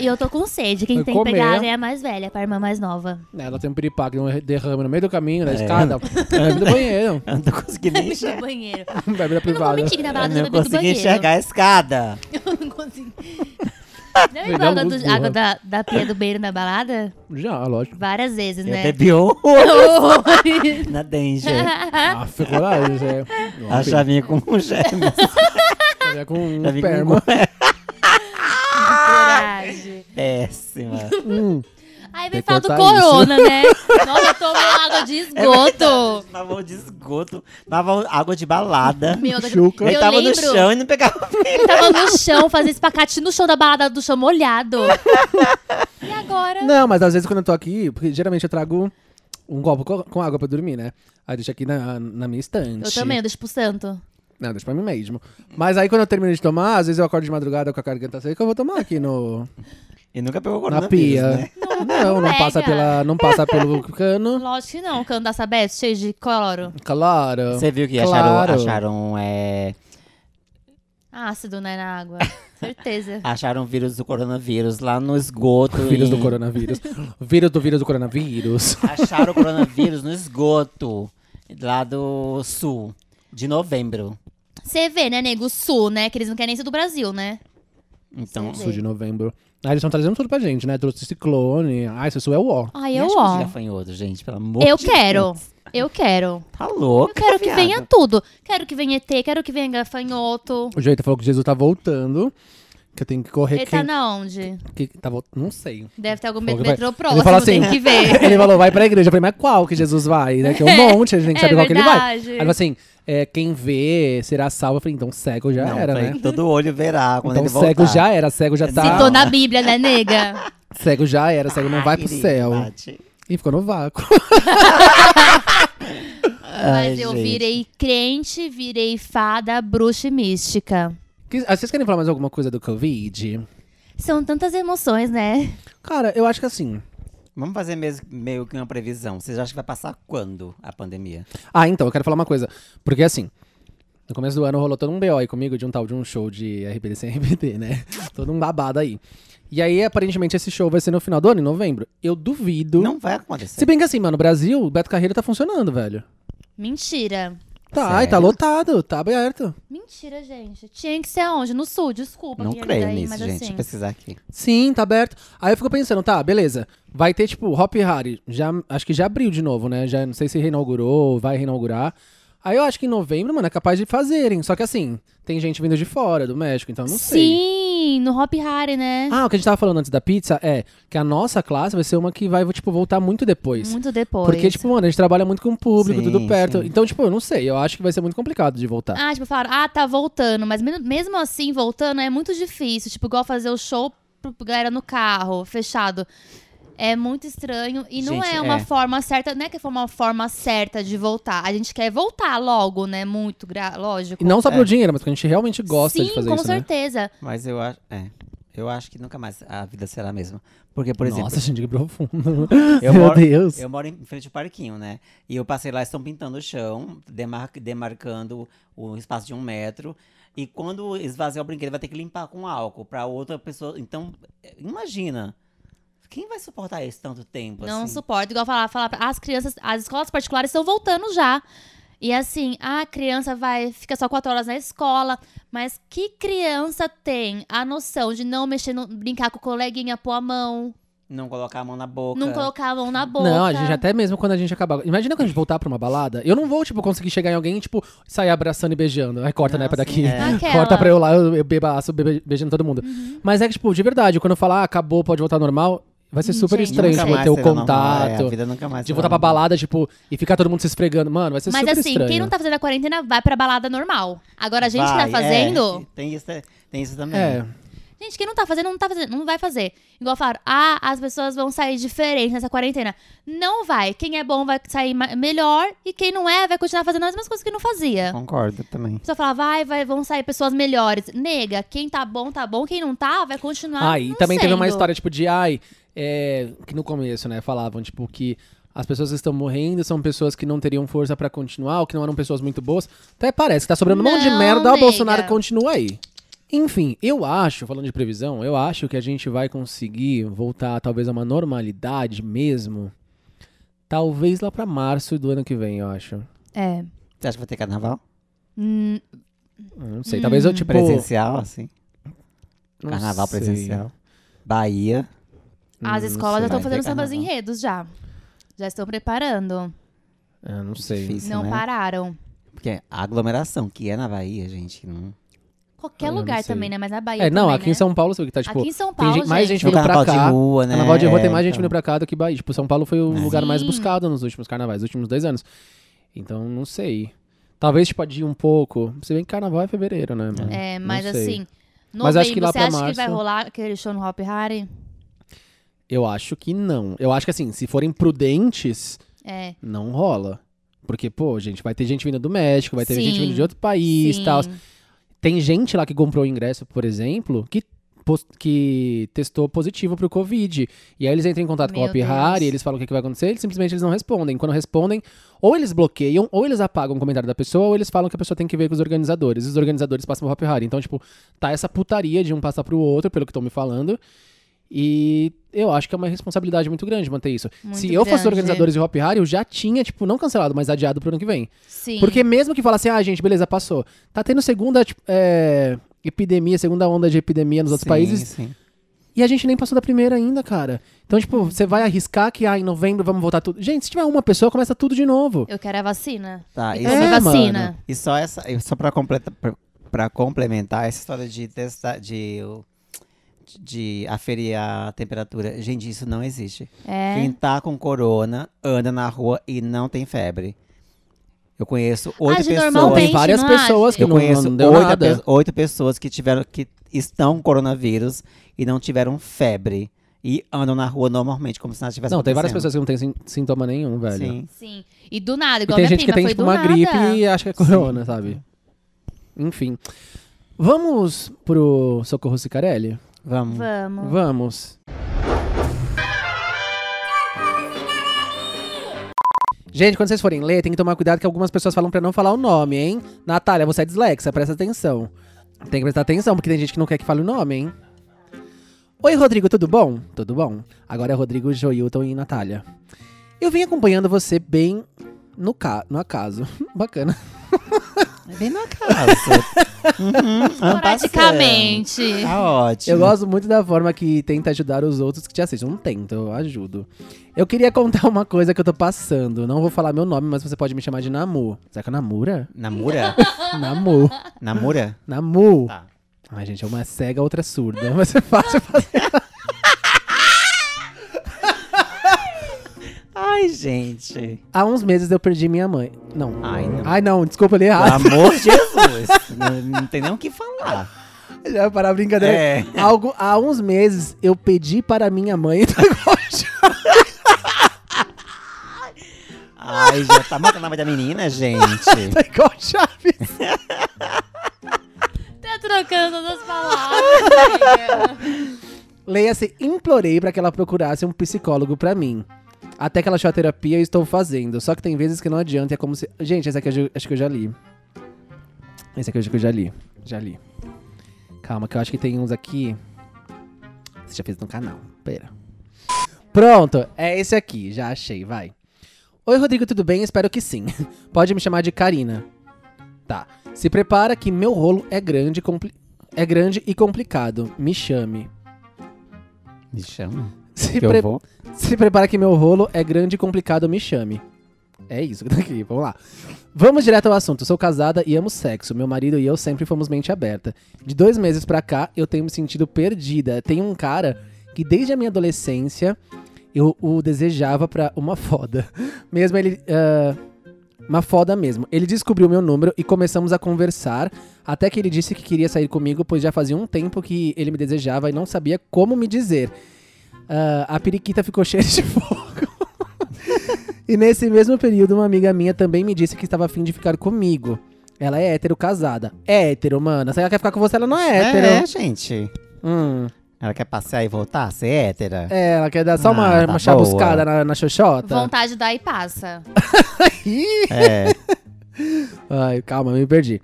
[SPEAKER 3] E eu tô com sede. Quem
[SPEAKER 1] Eu
[SPEAKER 3] tem que pegar a
[SPEAKER 1] comer.
[SPEAKER 3] área é a mais velha, pra irmã mais nova.
[SPEAKER 1] Ela tem um piripá que não derrama no meio do caminho, na
[SPEAKER 2] É.
[SPEAKER 1] escada. Bebe do
[SPEAKER 3] [LAUGHS]
[SPEAKER 1] banheiro.
[SPEAKER 2] [LAUGHS] Eu não tô conseguindo nem
[SPEAKER 3] Do
[SPEAKER 2] enxergar.
[SPEAKER 3] banheiro.
[SPEAKER 1] Bebe da
[SPEAKER 3] Eu não vou
[SPEAKER 1] privada.
[SPEAKER 3] mentir que na
[SPEAKER 2] Eu
[SPEAKER 3] balada eu
[SPEAKER 2] não
[SPEAKER 3] bebi tá do
[SPEAKER 2] consegui
[SPEAKER 3] banheiro.
[SPEAKER 2] enxergar a escada.
[SPEAKER 3] [LAUGHS] Eu não consegui. Não é
[SPEAKER 1] Me
[SPEAKER 3] igual
[SPEAKER 1] dá
[SPEAKER 3] a
[SPEAKER 1] um
[SPEAKER 3] do-
[SPEAKER 1] gosto,
[SPEAKER 3] água
[SPEAKER 1] porra.
[SPEAKER 3] da, da pia do banheiro na balada?
[SPEAKER 1] Já, lógico.
[SPEAKER 3] Várias vezes,
[SPEAKER 2] Eu
[SPEAKER 3] né?
[SPEAKER 2] bebi horror
[SPEAKER 3] [LAUGHS] Horrores.
[SPEAKER 2] [LAUGHS] na Danger.
[SPEAKER 1] Ah, ficou lá. Isso é.
[SPEAKER 3] Ah,
[SPEAKER 2] A chavinha com um gêmeo.
[SPEAKER 1] É com um
[SPEAKER 2] chavinha
[SPEAKER 1] perma.
[SPEAKER 2] com
[SPEAKER 3] Coragem.
[SPEAKER 2] [LAUGHS] Péssima.
[SPEAKER 3] Aí
[SPEAKER 1] Tem que
[SPEAKER 3] vem falar do
[SPEAKER 1] cortar isso.
[SPEAKER 3] corona, né? Nossa, eu tomei água de esgoto.
[SPEAKER 2] Tava de esgoto, tava um água de balada.
[SPEAKER 3] Meu Deus.
[SPEAKER 1] Chuca.
[SPEAKER 2] Ele
[SPEAKER 3] Eu
[SPEAKER 2] tava no
[SPEAKER 3] lembro.
[SPEAKER 2] chão e não pegava
[SPEAKER 3] Ele tava no chão, fazendo espacate no chão da balada do chão molhado. E agora?
[SPEAKER 1] Não, mas às vezes quando eu tô aqui, porque geralmente eu trago um copo co- com água pra dormir, né? Aí deixo aqui na, na minha estante.
[SPEAKER 3] Eu também, eu deixo pro santo.
[SPEAKER 1] Não, deixo pra mim mesmo. Mas aí quando eu termino de tomar, às vezes eu acordo de madrugada com a garganta seca, eu vou tomar aqui no,
[SPEAKER 2] E nunca pegou
[SPEAKER 1] na
[SPEAKER 2] coronavírus,
[SPEAKER 1] pia.
[SPEAKER 2] né?
[SPEAKER 1] Não, não
[SPEAKER 3] pega.
[SPEAKER 1] passa, pela, não passa pelo cano.
[SPEAKER 3] Lógico que não, o cano da Sabesp cheio de cloro.
[SPEAKER 1] Claro.
[SPEAKER 2] Você viu que
[SPEAKER 1] Claro.
[SPEAKER 2] acharam, acharam, é,
[SPEAKER 3] Ácido, né, na
[SPEAKER 1] [LAUGHS]
[SPEAKER 3] água. Certeza.
[SPEAKER 2] acharam o vírus do coronavírus lá no esgoto.
[SPEAKER 1] Vírus do
[SPEAKER 2] em-
[SPEAKER 1] coronavírus. Vírus do vírus do coronavírus.
[SPEAKER 2] Acharam o coronavírus no esgoto lá do sul, de novembro.
[SPEAKER 3] Você vê, né, nego? Sul, né? Que eles não querem nem ser do Brasil, né?
[SPEAKER 2] Então,
[SPEAKER 3] Sim.
[SPEAKER 1] Sul de novembro. Aí eles estão trazendo tudo pra gente, né? Trouxe ciclone. Ai, isso é o ó.
[SPEAKER 3] Ai,
[SPEAKER 2] nem
[SPEAKER 3] eu,
[SPEAKER 2] acho que
[SPEAKER 3] ó.
[SPEAKER 2] de gafanhoto, gente, pelo amor
[SPEAKER 3] Eu
[SPEAKER 2] de
[SPEAKER 3] quero.
[SPEAKER 2] Deus.
[SPEAKER 3] Eu quero.
[SPEAKER 2] Tá louco.
[SPEAKER 3] Eu quero que venha tudo. Quero que venha ET, quero que venha gafanhoto.
[SPEAKER 1] O jeito falou que Jesus tá voltando. Que eu tenho que correr.
[SPEAKER 3] Ele tá na onde?
[SPEAKER 1] que, tá vol- Não sei.
[SPEAKER 3] Deve ter algum
[SPEAKER 1] Falou que
[SPEAKER 3] met-
[SPEAKER 1] vai-
[SPEAKER 3] metrô
[SPEAKER 1] ele
[SPEAKER 3] próximo,
[SPEAKER 1] falou assim,
[SPEAKER 3] tem que
[SPEAKER 1] [LAUGHS]
[SPEAKER 3] ver.
[SPEAKER 1] Ele falou, vai pra igreja. Eu falei, mas qual que Jesus vai? Né? Que é um monte, a gente tem que
[SPEAKER 3] É
[SPEAKER 1] saber qual que ele vai. Aí
[SPEAKER 3] verdade.
[SPEAKER 1] ele falou assim, é, quem vê será salvo. Eu falei, então cego já
[SPEAKER 2] Não,
[SPEAKER 1] era,
[SPEAKER 2] falei,
[SPEAKER 1] né?
[SPEAKER 2] Todo olho verá quando
[SPEAKER 1] Então
[SPEAKER 2] ele voltar.
[SPEAKER 1] cego já era, cego já tá.
[SPEAKER 3] Citou na Bíblia,
[SPEAKER 1] [LAUGHS]
[SPEAKER 3] né, nega?
[SPEAKER 1] Cego já era, cego não vai pro
[SPEAKER 2] Querido,
[SPEAKER 1] céu.
[SPEAKER 2] Paty.
[SPEAKER 1] E ficou no vácuo. [LAUGHS]
[SPEAKER 2] Ai,
[SPEAKER 3] Mas eu
[SPEAKER 2] gente.
[SPEAKER 3] virei crente, virei fada, bruxa e mística.
[SPEAKER 1] Que- ah, Vocês querem falar mais alguma coisa do Covid?
[SPEAKER 3] São tantas emoções, né?
[SPEAKER 1] Cara, eu acho que assim.
[SPEAKER 2] Vamos fazer mes- meio que uma previsão. Vocês acham que vai passar quando a pandemia?
[SPEAKER 1] Ah, então, eu quero falar uma coisa. Porque assim, no começo do ano rolou todo um BO aí comigo de um tal de um show de RBD sem RBD, né? [LAUGHS] todo um babado aí. E aí, aparentemente, esse show vai ser no final do ano, em novembro. Eu duvido.
[SPEAKER 2] Não vai acontecer.
[SPEAKER 1] Se bem que assim, mano, o Brasil, o Beto Carreiro tá funcionando, velho.
[SPEAKER 3] Mentira.
[SPEAKER 1] Tá, e tá
[SPEAKER 2] Sério?
[SPEAKER 1] lotado, tá aberto.
[SPEAKER 3] Mentira, gente. Tinha que ser aonde? No sul, desculpa.
[SPEAKER 2] Não
[SPEAKER 3] minha
[SPEAKER 2] creio
[SPEAKER 3] vida aí,
[SPEAKER 2] nisso,
[SPEAKER 3] Um mas
[SPEAKER 2] gente. Deixa
[SPEAKER 3] assim.
[SPEAKER 2] eu pesquisar aqui.
[SPEAKER 1] Sim, tá aberto. Aí eu fico pensando, tá, beleza. Vai ter, tipo, Hop Harry. Já, acho que já abriu de novo, né? Já não sei se reinaugurou, vai reinaugurar. Aí eu acho que em novembro, mano, é capaz de fazerem. Só que assim, tem gente vindo de fora, do México, então eu não sei.
[SPEAKER 3] Sim, no Hop Harry, né?
[SPEAKER 1] Ah, o que a gente tava falando antes da pizza é que a nossa classe vai ser uma que vai, tipo, voltar muito depois.
[SPEAKER 3] Muito depois.
[SPEAKER 1] Porque, tipo, mano, a gente trabalha muito com o público,
[SPEAKER 2] Sim,
[SPEAKER 1] tudo perto.
[SPEAKER 2] sim.
[SPEAKER 1] Então, tipo, eu não sei. Eu acho que vai ser muito complicado de voltar.
[SPEAKER 3] Ah, tipo, falaram, ah, tá voltando. Mas men- mesmo assim, voltando é muito difícil. Tipo, igual fazer o show pro pro galera no carro, fechado. É muito estranho. E não
[SPEAKER 2] Gente,
[SPEAKER 3] é uma
[SPEAKER 2] é.
[SPEAKER 3] forma certa. Não é que foi uma forma certa de voltar. A gente quer voltar logo, né? Muito, gra- lógico.
[SPEAKER 1] E não só
[SPEAKER 2] É.
[SPEAKER 1] pro dinheiro, mas porque a gente realmente gosta
[SPEAKER 3] Sim,
[SPEAKER 1] de fazer
[SPEAKER 3] com
[SPEAKER 1] isso, né?
[SPEAKER 3] certeza.
[SPEAKER 2] Mas eu acho. É. Eu acho que nunca mais a vida será a mesma. Porque, por exemplo,
[SPEAKER 1] Nossa, gente, que profundo.
[SPEAKER 2] eu,
[SPEAKER 1] [LAUGHS] Meu
[SPEAKER 2] moro,
[SPEAKER 1] Deus.
[SPEAKER 2] eu moro em frente ao parquinho, né? E eu passei lá, estão pintando o chão, demar- demarcando o espaço de um metro. E quando esvaziar o brinquedo, vai ter que limpar com álcool pra outra pessoa. Então, é, imagina. Quem vai suportar
[SPEAKER 1] tipo
[SPEAKER 2] isso tanto tempo?
[SPEAKER 3] Não
[SPEAKER 2] assim?
[SPEAKER 3] "Ah, suporta. Igual falar, falar, as crianças, as escolas particulares estão voltando já. E assim, a criança vai, fica só quatro horas na escola, mas que criança tem a noção de não mexer, no, brincar com o coleguinha, pôr a mão,
[SPEAKER 2] Não colocar a mão na boca.
[SPEAKER 3] não colocar a mão na boca?
[SPEAKER 1] Não, a gente até mesmo quando a gente acabar. Imagina quando a gente voltar pra uma balada, eu não vou, tipo, conseguir chegar em alguém e, tipo, sair abraçando e beijando. Aí corta, né,
[SPEAKER 2] Não,
[SPEAKER 1] pra
[SPEAKER 2] sim,
[SPEAKER 1] daqui. [LAUGHS]
[SPEAKER 2] é.
[SPEAKER 3] Aquela. Uhum.
[SPEAKER 1] Corta pra eu lá, eu eu bebaço, bebe- beijando todo mundo. Mas é que, tipo, de verdade, quando eu falar, ah, acabou, pode voltar ao normal, vai ser super
[SPEAKER 3] Hum, Gente,
[SPEAKER 1] estranho,
[SPEAKER 3] nunca
[SPEAKER 1] tipo,
[SPEAKER 3] mais
[SPEAKER 1] ter o
[SPEAKER 2] será normal, é, a
[SPEAKER 1] contato.
[SPEAKER 2] vida nunca mais
[SPEAKER 1] De
[SPEAKER 2] será
[SPEAKER 1] voltar pra
[SPEAKER 2] normal.
[SPEAKER 1] balada, tipo, e ficar todo mundo se esfregando. Mano, vai ser
[SPEAKER 3] Mas
[SPEAKER 1] é super
[SPEAKER 3] assim,
[SPEAKER 1] estranho.
[SPEAKER 3] quem não tá fazendo a quarentena vai pra balada normal. Agora a gente
[SPEAKER 2] Vai,
[SPEAKER 3] tá fazendo.
[SPEAKER 2] é, tem, isso, tem isso também.
[SPEAKER 1] É.
[SPEAKER 3] Gente, quem não tá fazendo, não tá fazendo, não vai fazer. Igual falaram, ah, as pessoas vão sair diferente nessa quarentena. Não vai. Quem é bom vai sair ma- melhor e quem não é vai continuar fazendo as mesmas coisas que não fazia.
[SPEAKER 2] Concordo também.
[SPEAKER 3] A pessoa fala, vai, vai, vão sair pessoas melhores. Nega, quem tá bom, tá bom. Quem não tá, vai continuar.
[SPEAKER 1] Ah, e
[SPEAKER 3] não
[SPEAKER 1] também teve uma
[SPEAKER 3] sendo.
[SPEAKER 1] história, tipo, de ai, é, que no começo, né, falavam, tipo, que as pessoas que estão morrendo são pessoas que não teriam força pra continuar, ou que não eram pessoas muito boas. Até parece que tá sobrando um monte de
[SPEAKER 3] Não,
[SPEAKER 1] merda, o
[SPEAKER 3] nega.
[SPEAKER 1] Bolsonaro continua aí. Enfim, eu acho, falando de previsão, eu acho que a gente vai conseguir voltar talvez a uma normalidade mesmo. Talvez lá pra março do ano que vem, eu acho.
[SPEAKER 3] É.
[SPEAKER 2] Você acha que vai ter carnaval?
[SPEAKER 3] Hum,
[SPEAKER 1] Não sei, talvez eu, tipo...
[SPEAKER 2] Presencial, assim?
[SPEAKER 1] não
[SPEAKER 2] Carnaval
[SPEAKER 1] sei.
[SPEAKER 2] presencial. Bahia.
[SPEAKER 3] as
[SPEAKER 1] Hum,
[SPEAKER 3] escolas já
[SPEAKER 1] não
[SPEAKER 3] estão
[SPEAKER 2] Vai
[SPEAKER 3] fazendo
[SPEAKER 2] ter
[SPEAKER 3] seus
[SPEAKER 2] carnaval.
[SPEAKER 3] enredos já. Já estão preparando.
[SPEAKER 1] É, não sei.
[SPEAKER 2] Difícil,
[SPEAKER 3] não
[SPEAKER 2] né?
[SPEAKER 3] pararam.
[SPEAKER 2] Porque a aglomeração que é na Bahia, gente. Não...
[SPEAKER 3] Qualquer
[SPEAKER 1] Eu não
[SPEAKER 3] lugar
[SPEAKER 1] sei.
[SPEAKER 3] também, né? Mas na Bahia
[SPEAKER 1] É, não,
[SPEAKER 3] também,
[SPEAKER 1] aqui
[SPEAKER 3] né?
[SPEAKER 1] em São Paulo, eu sei que tá, tipo...
[SPEAKER 3] Aqui em São
[SPEAKER 1] tem
[SPEAKER 3] Paulo,
[SPEAKER 1] gente- mais gente
[SPEAKER 2] É o
[SPEAKER 1] Vindo pra
[SPEAKER 2] carnaval
[SPEAKER 1] cá,
[SPEAKER 2] de rua, né?
[SPEAKER 1] Carnaval de rua tem mais
[SPEAKER 2] É,
[SPEAKER 3] então.
[SPEAKER 1] gente vindo pra cá do que Bahia. Tipo, São Paulo foi o
[SPEAKER 2] É.
[SPEAKER 1] lugar mais
[SPEAKER 3] Sim.
[SPEAKER 1] buscado nos últimos carnavais, nos últimos dois anos. Então, não sei. Talvez, tipo, adie um pouco. Se bem que carnaval é fevereiro, né? mano?
[SPEAKER 3] É,
[SPEAKER 1] Não
[SPEAKER 3] mas
[SPEAKER 1] sei.
[SPEAKER 3] assim, novembro,
[SPEAKER 1] Mas acho que lá
[SPEAKER 3] você
[SPEAKER 1] pra
[SPEAKER 3] acha que vai
[SPEAKER 1] março-
[SPEAKER 3] rolar aquele show no Hop Harry?
[SPEAKER 1] Eu acho que não. Eu acho que, assim, se forem prudentes,
[SPEAKER 3] É.
[SPEAKER 1] não rola. Porque, pô, gente, vai ter gente vindo do México, vai ter gente
[SPEAKER 3] Sim.
[SPEAKER 1] vindo de outro país
[SPEAKER 3] sim.
[SPEAKER 1] tal. Tem gente lá que comprou o ingresso, por exemplo, que, pos- que testou positivo pro Covid. E aí eles entram em contato com o
[SPEAKER 3] Meu
[SPEAKER 1] Happy Hari,
[SPEAKER 3] Deus.
[SPEAKER 1] eles falam o que, que vai acontecer, eles simplesmente eles não respondem. Quando respondem, ou eles bloqueiam, ou eles apagam o comentário da pessoa, ou eles falam que a pessoa tem que ver com os organizadores. E os organizadores passam pro Happy Hari. Então, tipo, tá essa putaria de um passar pro outro, pelo que estão me falando. E eu acho que é uma responsabilidade muito grande manter isso.
[SPEAKER 3] Muito
[SPEAKER 1] Se eu fosse os
[SPEAKER 3] grande.
[SPEAKER 1] organizadores de Hop Hari, eu já tinha, tipo, não cancelado, mas adiado pro ano que vem.
[SPEAKER 3] Sim.
[SPEAKER 1] Porque mesmo que fala assim, ah, gente, beleza, passou. Tá tendo segunda tipo, é, epidemia, segunda onda de epidemia nos outros
[SPEAKER 2] Sim,
[SPEAKER 1] países.
[SPEAKER 2] Sim.
[SPEAKER 1] E a gente nem passou da primeira ainda, cara. Então,
[SPEAKER 3] Uhum.
[SPEAKER 1] tipo, você vai arriscar que, ah, em novembro vamos voltar tudo. Gente, se tiver uma pessoa, começa tudo de novo.
[SPEAKER 3] Eu quero a vacina.
[SPEAKER 2] Tá,
[SPEAKER 3] Eu
[SPEAKER 2] isso-
[SPEAKER 3] quero
[SPEAKER 1] É,
[SPEAKER 3] a vacina.
[SPEAKER 1] mano.
[SPEAKER 2] E só essa, e só para completar, pra- pra complementar essa história de testar, de, o- de aferir a temperatura, gente, isso não existe.
[SPEAKER 3] É.
[SPEAKER 2] Quem tá com corona anda na rua e não tem febre. Eu conheço oito
[SPEAKER 3] de
[SPEAKER 2] pessoas.
[SPEAKER 3] normal
[SPEAKER 1] Tem
[SPEAKER 3] Gente,
[SPEAKER 1] várias
[SPEAKER 3] não
[SPEAKER 1] pessoas
[SPEAKER 3] acha?
[SPEAKER 1] que
[SPEAKER 2] Eu
[SPEAKER 1] não,
[SPEAKER 2] conheço
[SPEAKER 1] não deu
[SPEAKER 2] oito,
[SPEAKER 1] nada.
[SPEAKER 2] pe- oito pessoas que tiveram que estão com coronavírus e não tiveram febre e andam na rua normalmente como se nada tivesse
[SPEAKER 1] Não, tem várias
[SPEAKER 2] tá acontecendo.
[SPEAKER 1] pessoas que não têm sim- sintoma nenhum, velho.
[SPEAKER 2] Sim.
[SPEAKER 3] Sim. E do nada,
[SPEAKER 1] E
[SPEAKER 3] igual
[SPEAKER 1] tem
[SPEAKER 3] minha
[SPEAKER 1] gente que
[SPEAKER 3] prima,
[SPEAKER 1] tem,
[SPEAKER 3] foi
[SPEAKER 1] tipo,
[SPEAKER 3] do
[SPEAKER 1] uma
[SPEAKER 3] nada.
[SPEAKER 1] gripe e acha que é corona, sabe? Enfim. Vamos pro Socorro Cicarelli?
[SPEAKER 2] Vamos.
[SPEAKER 3] Vamos.
[SPEAKER 1] Vamos. Gente, quando vocês forem ler, tem que tomar cuidado que algumas pessoas falam pra não falar o nome, hein? Natália, você é dislexa, presta atenção. Tem que prestar atenção, porque tem gente que não quer que fale o nome, hein? Oi, Rodrigo, tudo bom? Tudo bom. Agora é Rodrigo, Joilton e Natália. Eu vim acompanhando você bem no, ca no acaso. [LAUGHS] Bacana.
[SPEAKER 2] É bem no acaso. [LAUGHS]
[SPEAKER 1] Ah,
[SPEAKER 2] uhum,
[SPEAKER 3] Praticamente.
[SPEAKER 2] Tá ótimo.
[SPEAKER 1] Eu gosto muito da forma que tenta ajudar os outros que te assistem. Eu Não tento, eu ajudo. Eu queria contar [LAUGHS] uma coisa que eu tô passando. Não vou falar meu nome, mas você pode me chamar de Namu. Será que é
[SPEAKER 2] [LAUGHS]
[SPEAKER 1] Namura?
[SPEAKER 2] Namura?
[SPEAKER 1] Namu.
[SPEAKER 2] Namura?
[SPEAKER 1] Namu.
[SPEAKER 2] Tá.
[SPEAKER 1] Ai, gente, é uma cega, outra surda. [LAUGHS] Vai ser fácil fazer.
[SPEAKER 2] Ai, gente.
[SPEAKER 1] Há uns meses eu perdi minha mãe. Não.
[SPEAKER 2] Ai, não.
[SPEAKER 1] Ai, não. Desculpa, eu li
[SPEAKER 2] Pelo
[SPEAKER 1] errado.
[SPEAKER 2] amor de Jesus. não, não tem nem o que falar.
[SPEAKER 1] [LAUGHS] Já ia parar a brincadeira.
[SPEAKER 2] Tá. É.
[SPEAKER 1] Algo, há uns meses eu pedi para minha mãe. [LAUGHS]
[SPEAKER 2] Ai, já tá matando a mãe da menina, gente.
[SPEAKER 1] tá igual o Chaves.
[SPEAKER 3] Tá trocando as palavras. amiga.
[SPEAKER 1] Leia-se, implorei pra que ela procurasse um psicólogo pra mim. Até que ela achou a terapia e estou fazendo. Só que tem vezes que não adianta, é como se. Gente, essa aqui eu ju- acho que eu já li. Esse aqui eu acho que eu já li. Já li. Calma, que eu acho que tem uns aqui. Você já fez no canal. Pera. Pronto, é esse aqui, já achei, vai. Oi, Rodrigo, tudo bem? Espero que sim. [LAUGHS] Pode me chamar de Karina. Tá. Se prepara que meu rolo é grande, e compli- é grande e complicado. Me chame.
[SPEAKER 2] Me chama.
[SPEAKER 1] Se,
[SPEAKER 2] Que eu
[SPEAKER 1] pre-
[SPEAKER 2] vou.
[SPEAKER 1] se prepara que meu rolo é grande e complicado. Me chame. É isso daqui, vamos lá. Vamos direto ao assunto. Sou casada e amo sexo. Meu marido e eu sempre fomos mente aberta. De dois meses pra cá, eu tenho me sentido perdida. Tem um cara que desde a minha adolescência eu o desejava pra uma foda. [LAUGHS] Mesmo ele. ah, uma foda mesmo. Ele descobriu meu número e começamos a conversar. Até que ele disse que queria sair comigo, pois já fazia um tempo que ele me desejava e não sabia como me dizer. Ah, a periquita ficou [LAUGHS] cheia de fogo. e nesse mesmo período, uma amiga minha também me disse que estava afim de ficar comigo. Ela é hétero casada. É hétero, mana. Se ela quer ficar com você, ela não é hétero.
[SPEAKER 2] É, gente.
[SPEAKER 1] Hum.
[SPEAKER 2] Ela quer passear e voltar, ser [LAUGHS] hétera?
[SPEAKER 1] É, ela quer dar só uma,
[SPEAKER 2] Ah, tá
[SPEAKER 1] uma chamuscada na, na xoxota.
[SPEAKER 3] Vontade dá e passa.
[SPEAKER 1] Ih!
[SPEAKER 2] É.
[SPEAKER 1] Ai, calma, me perdi.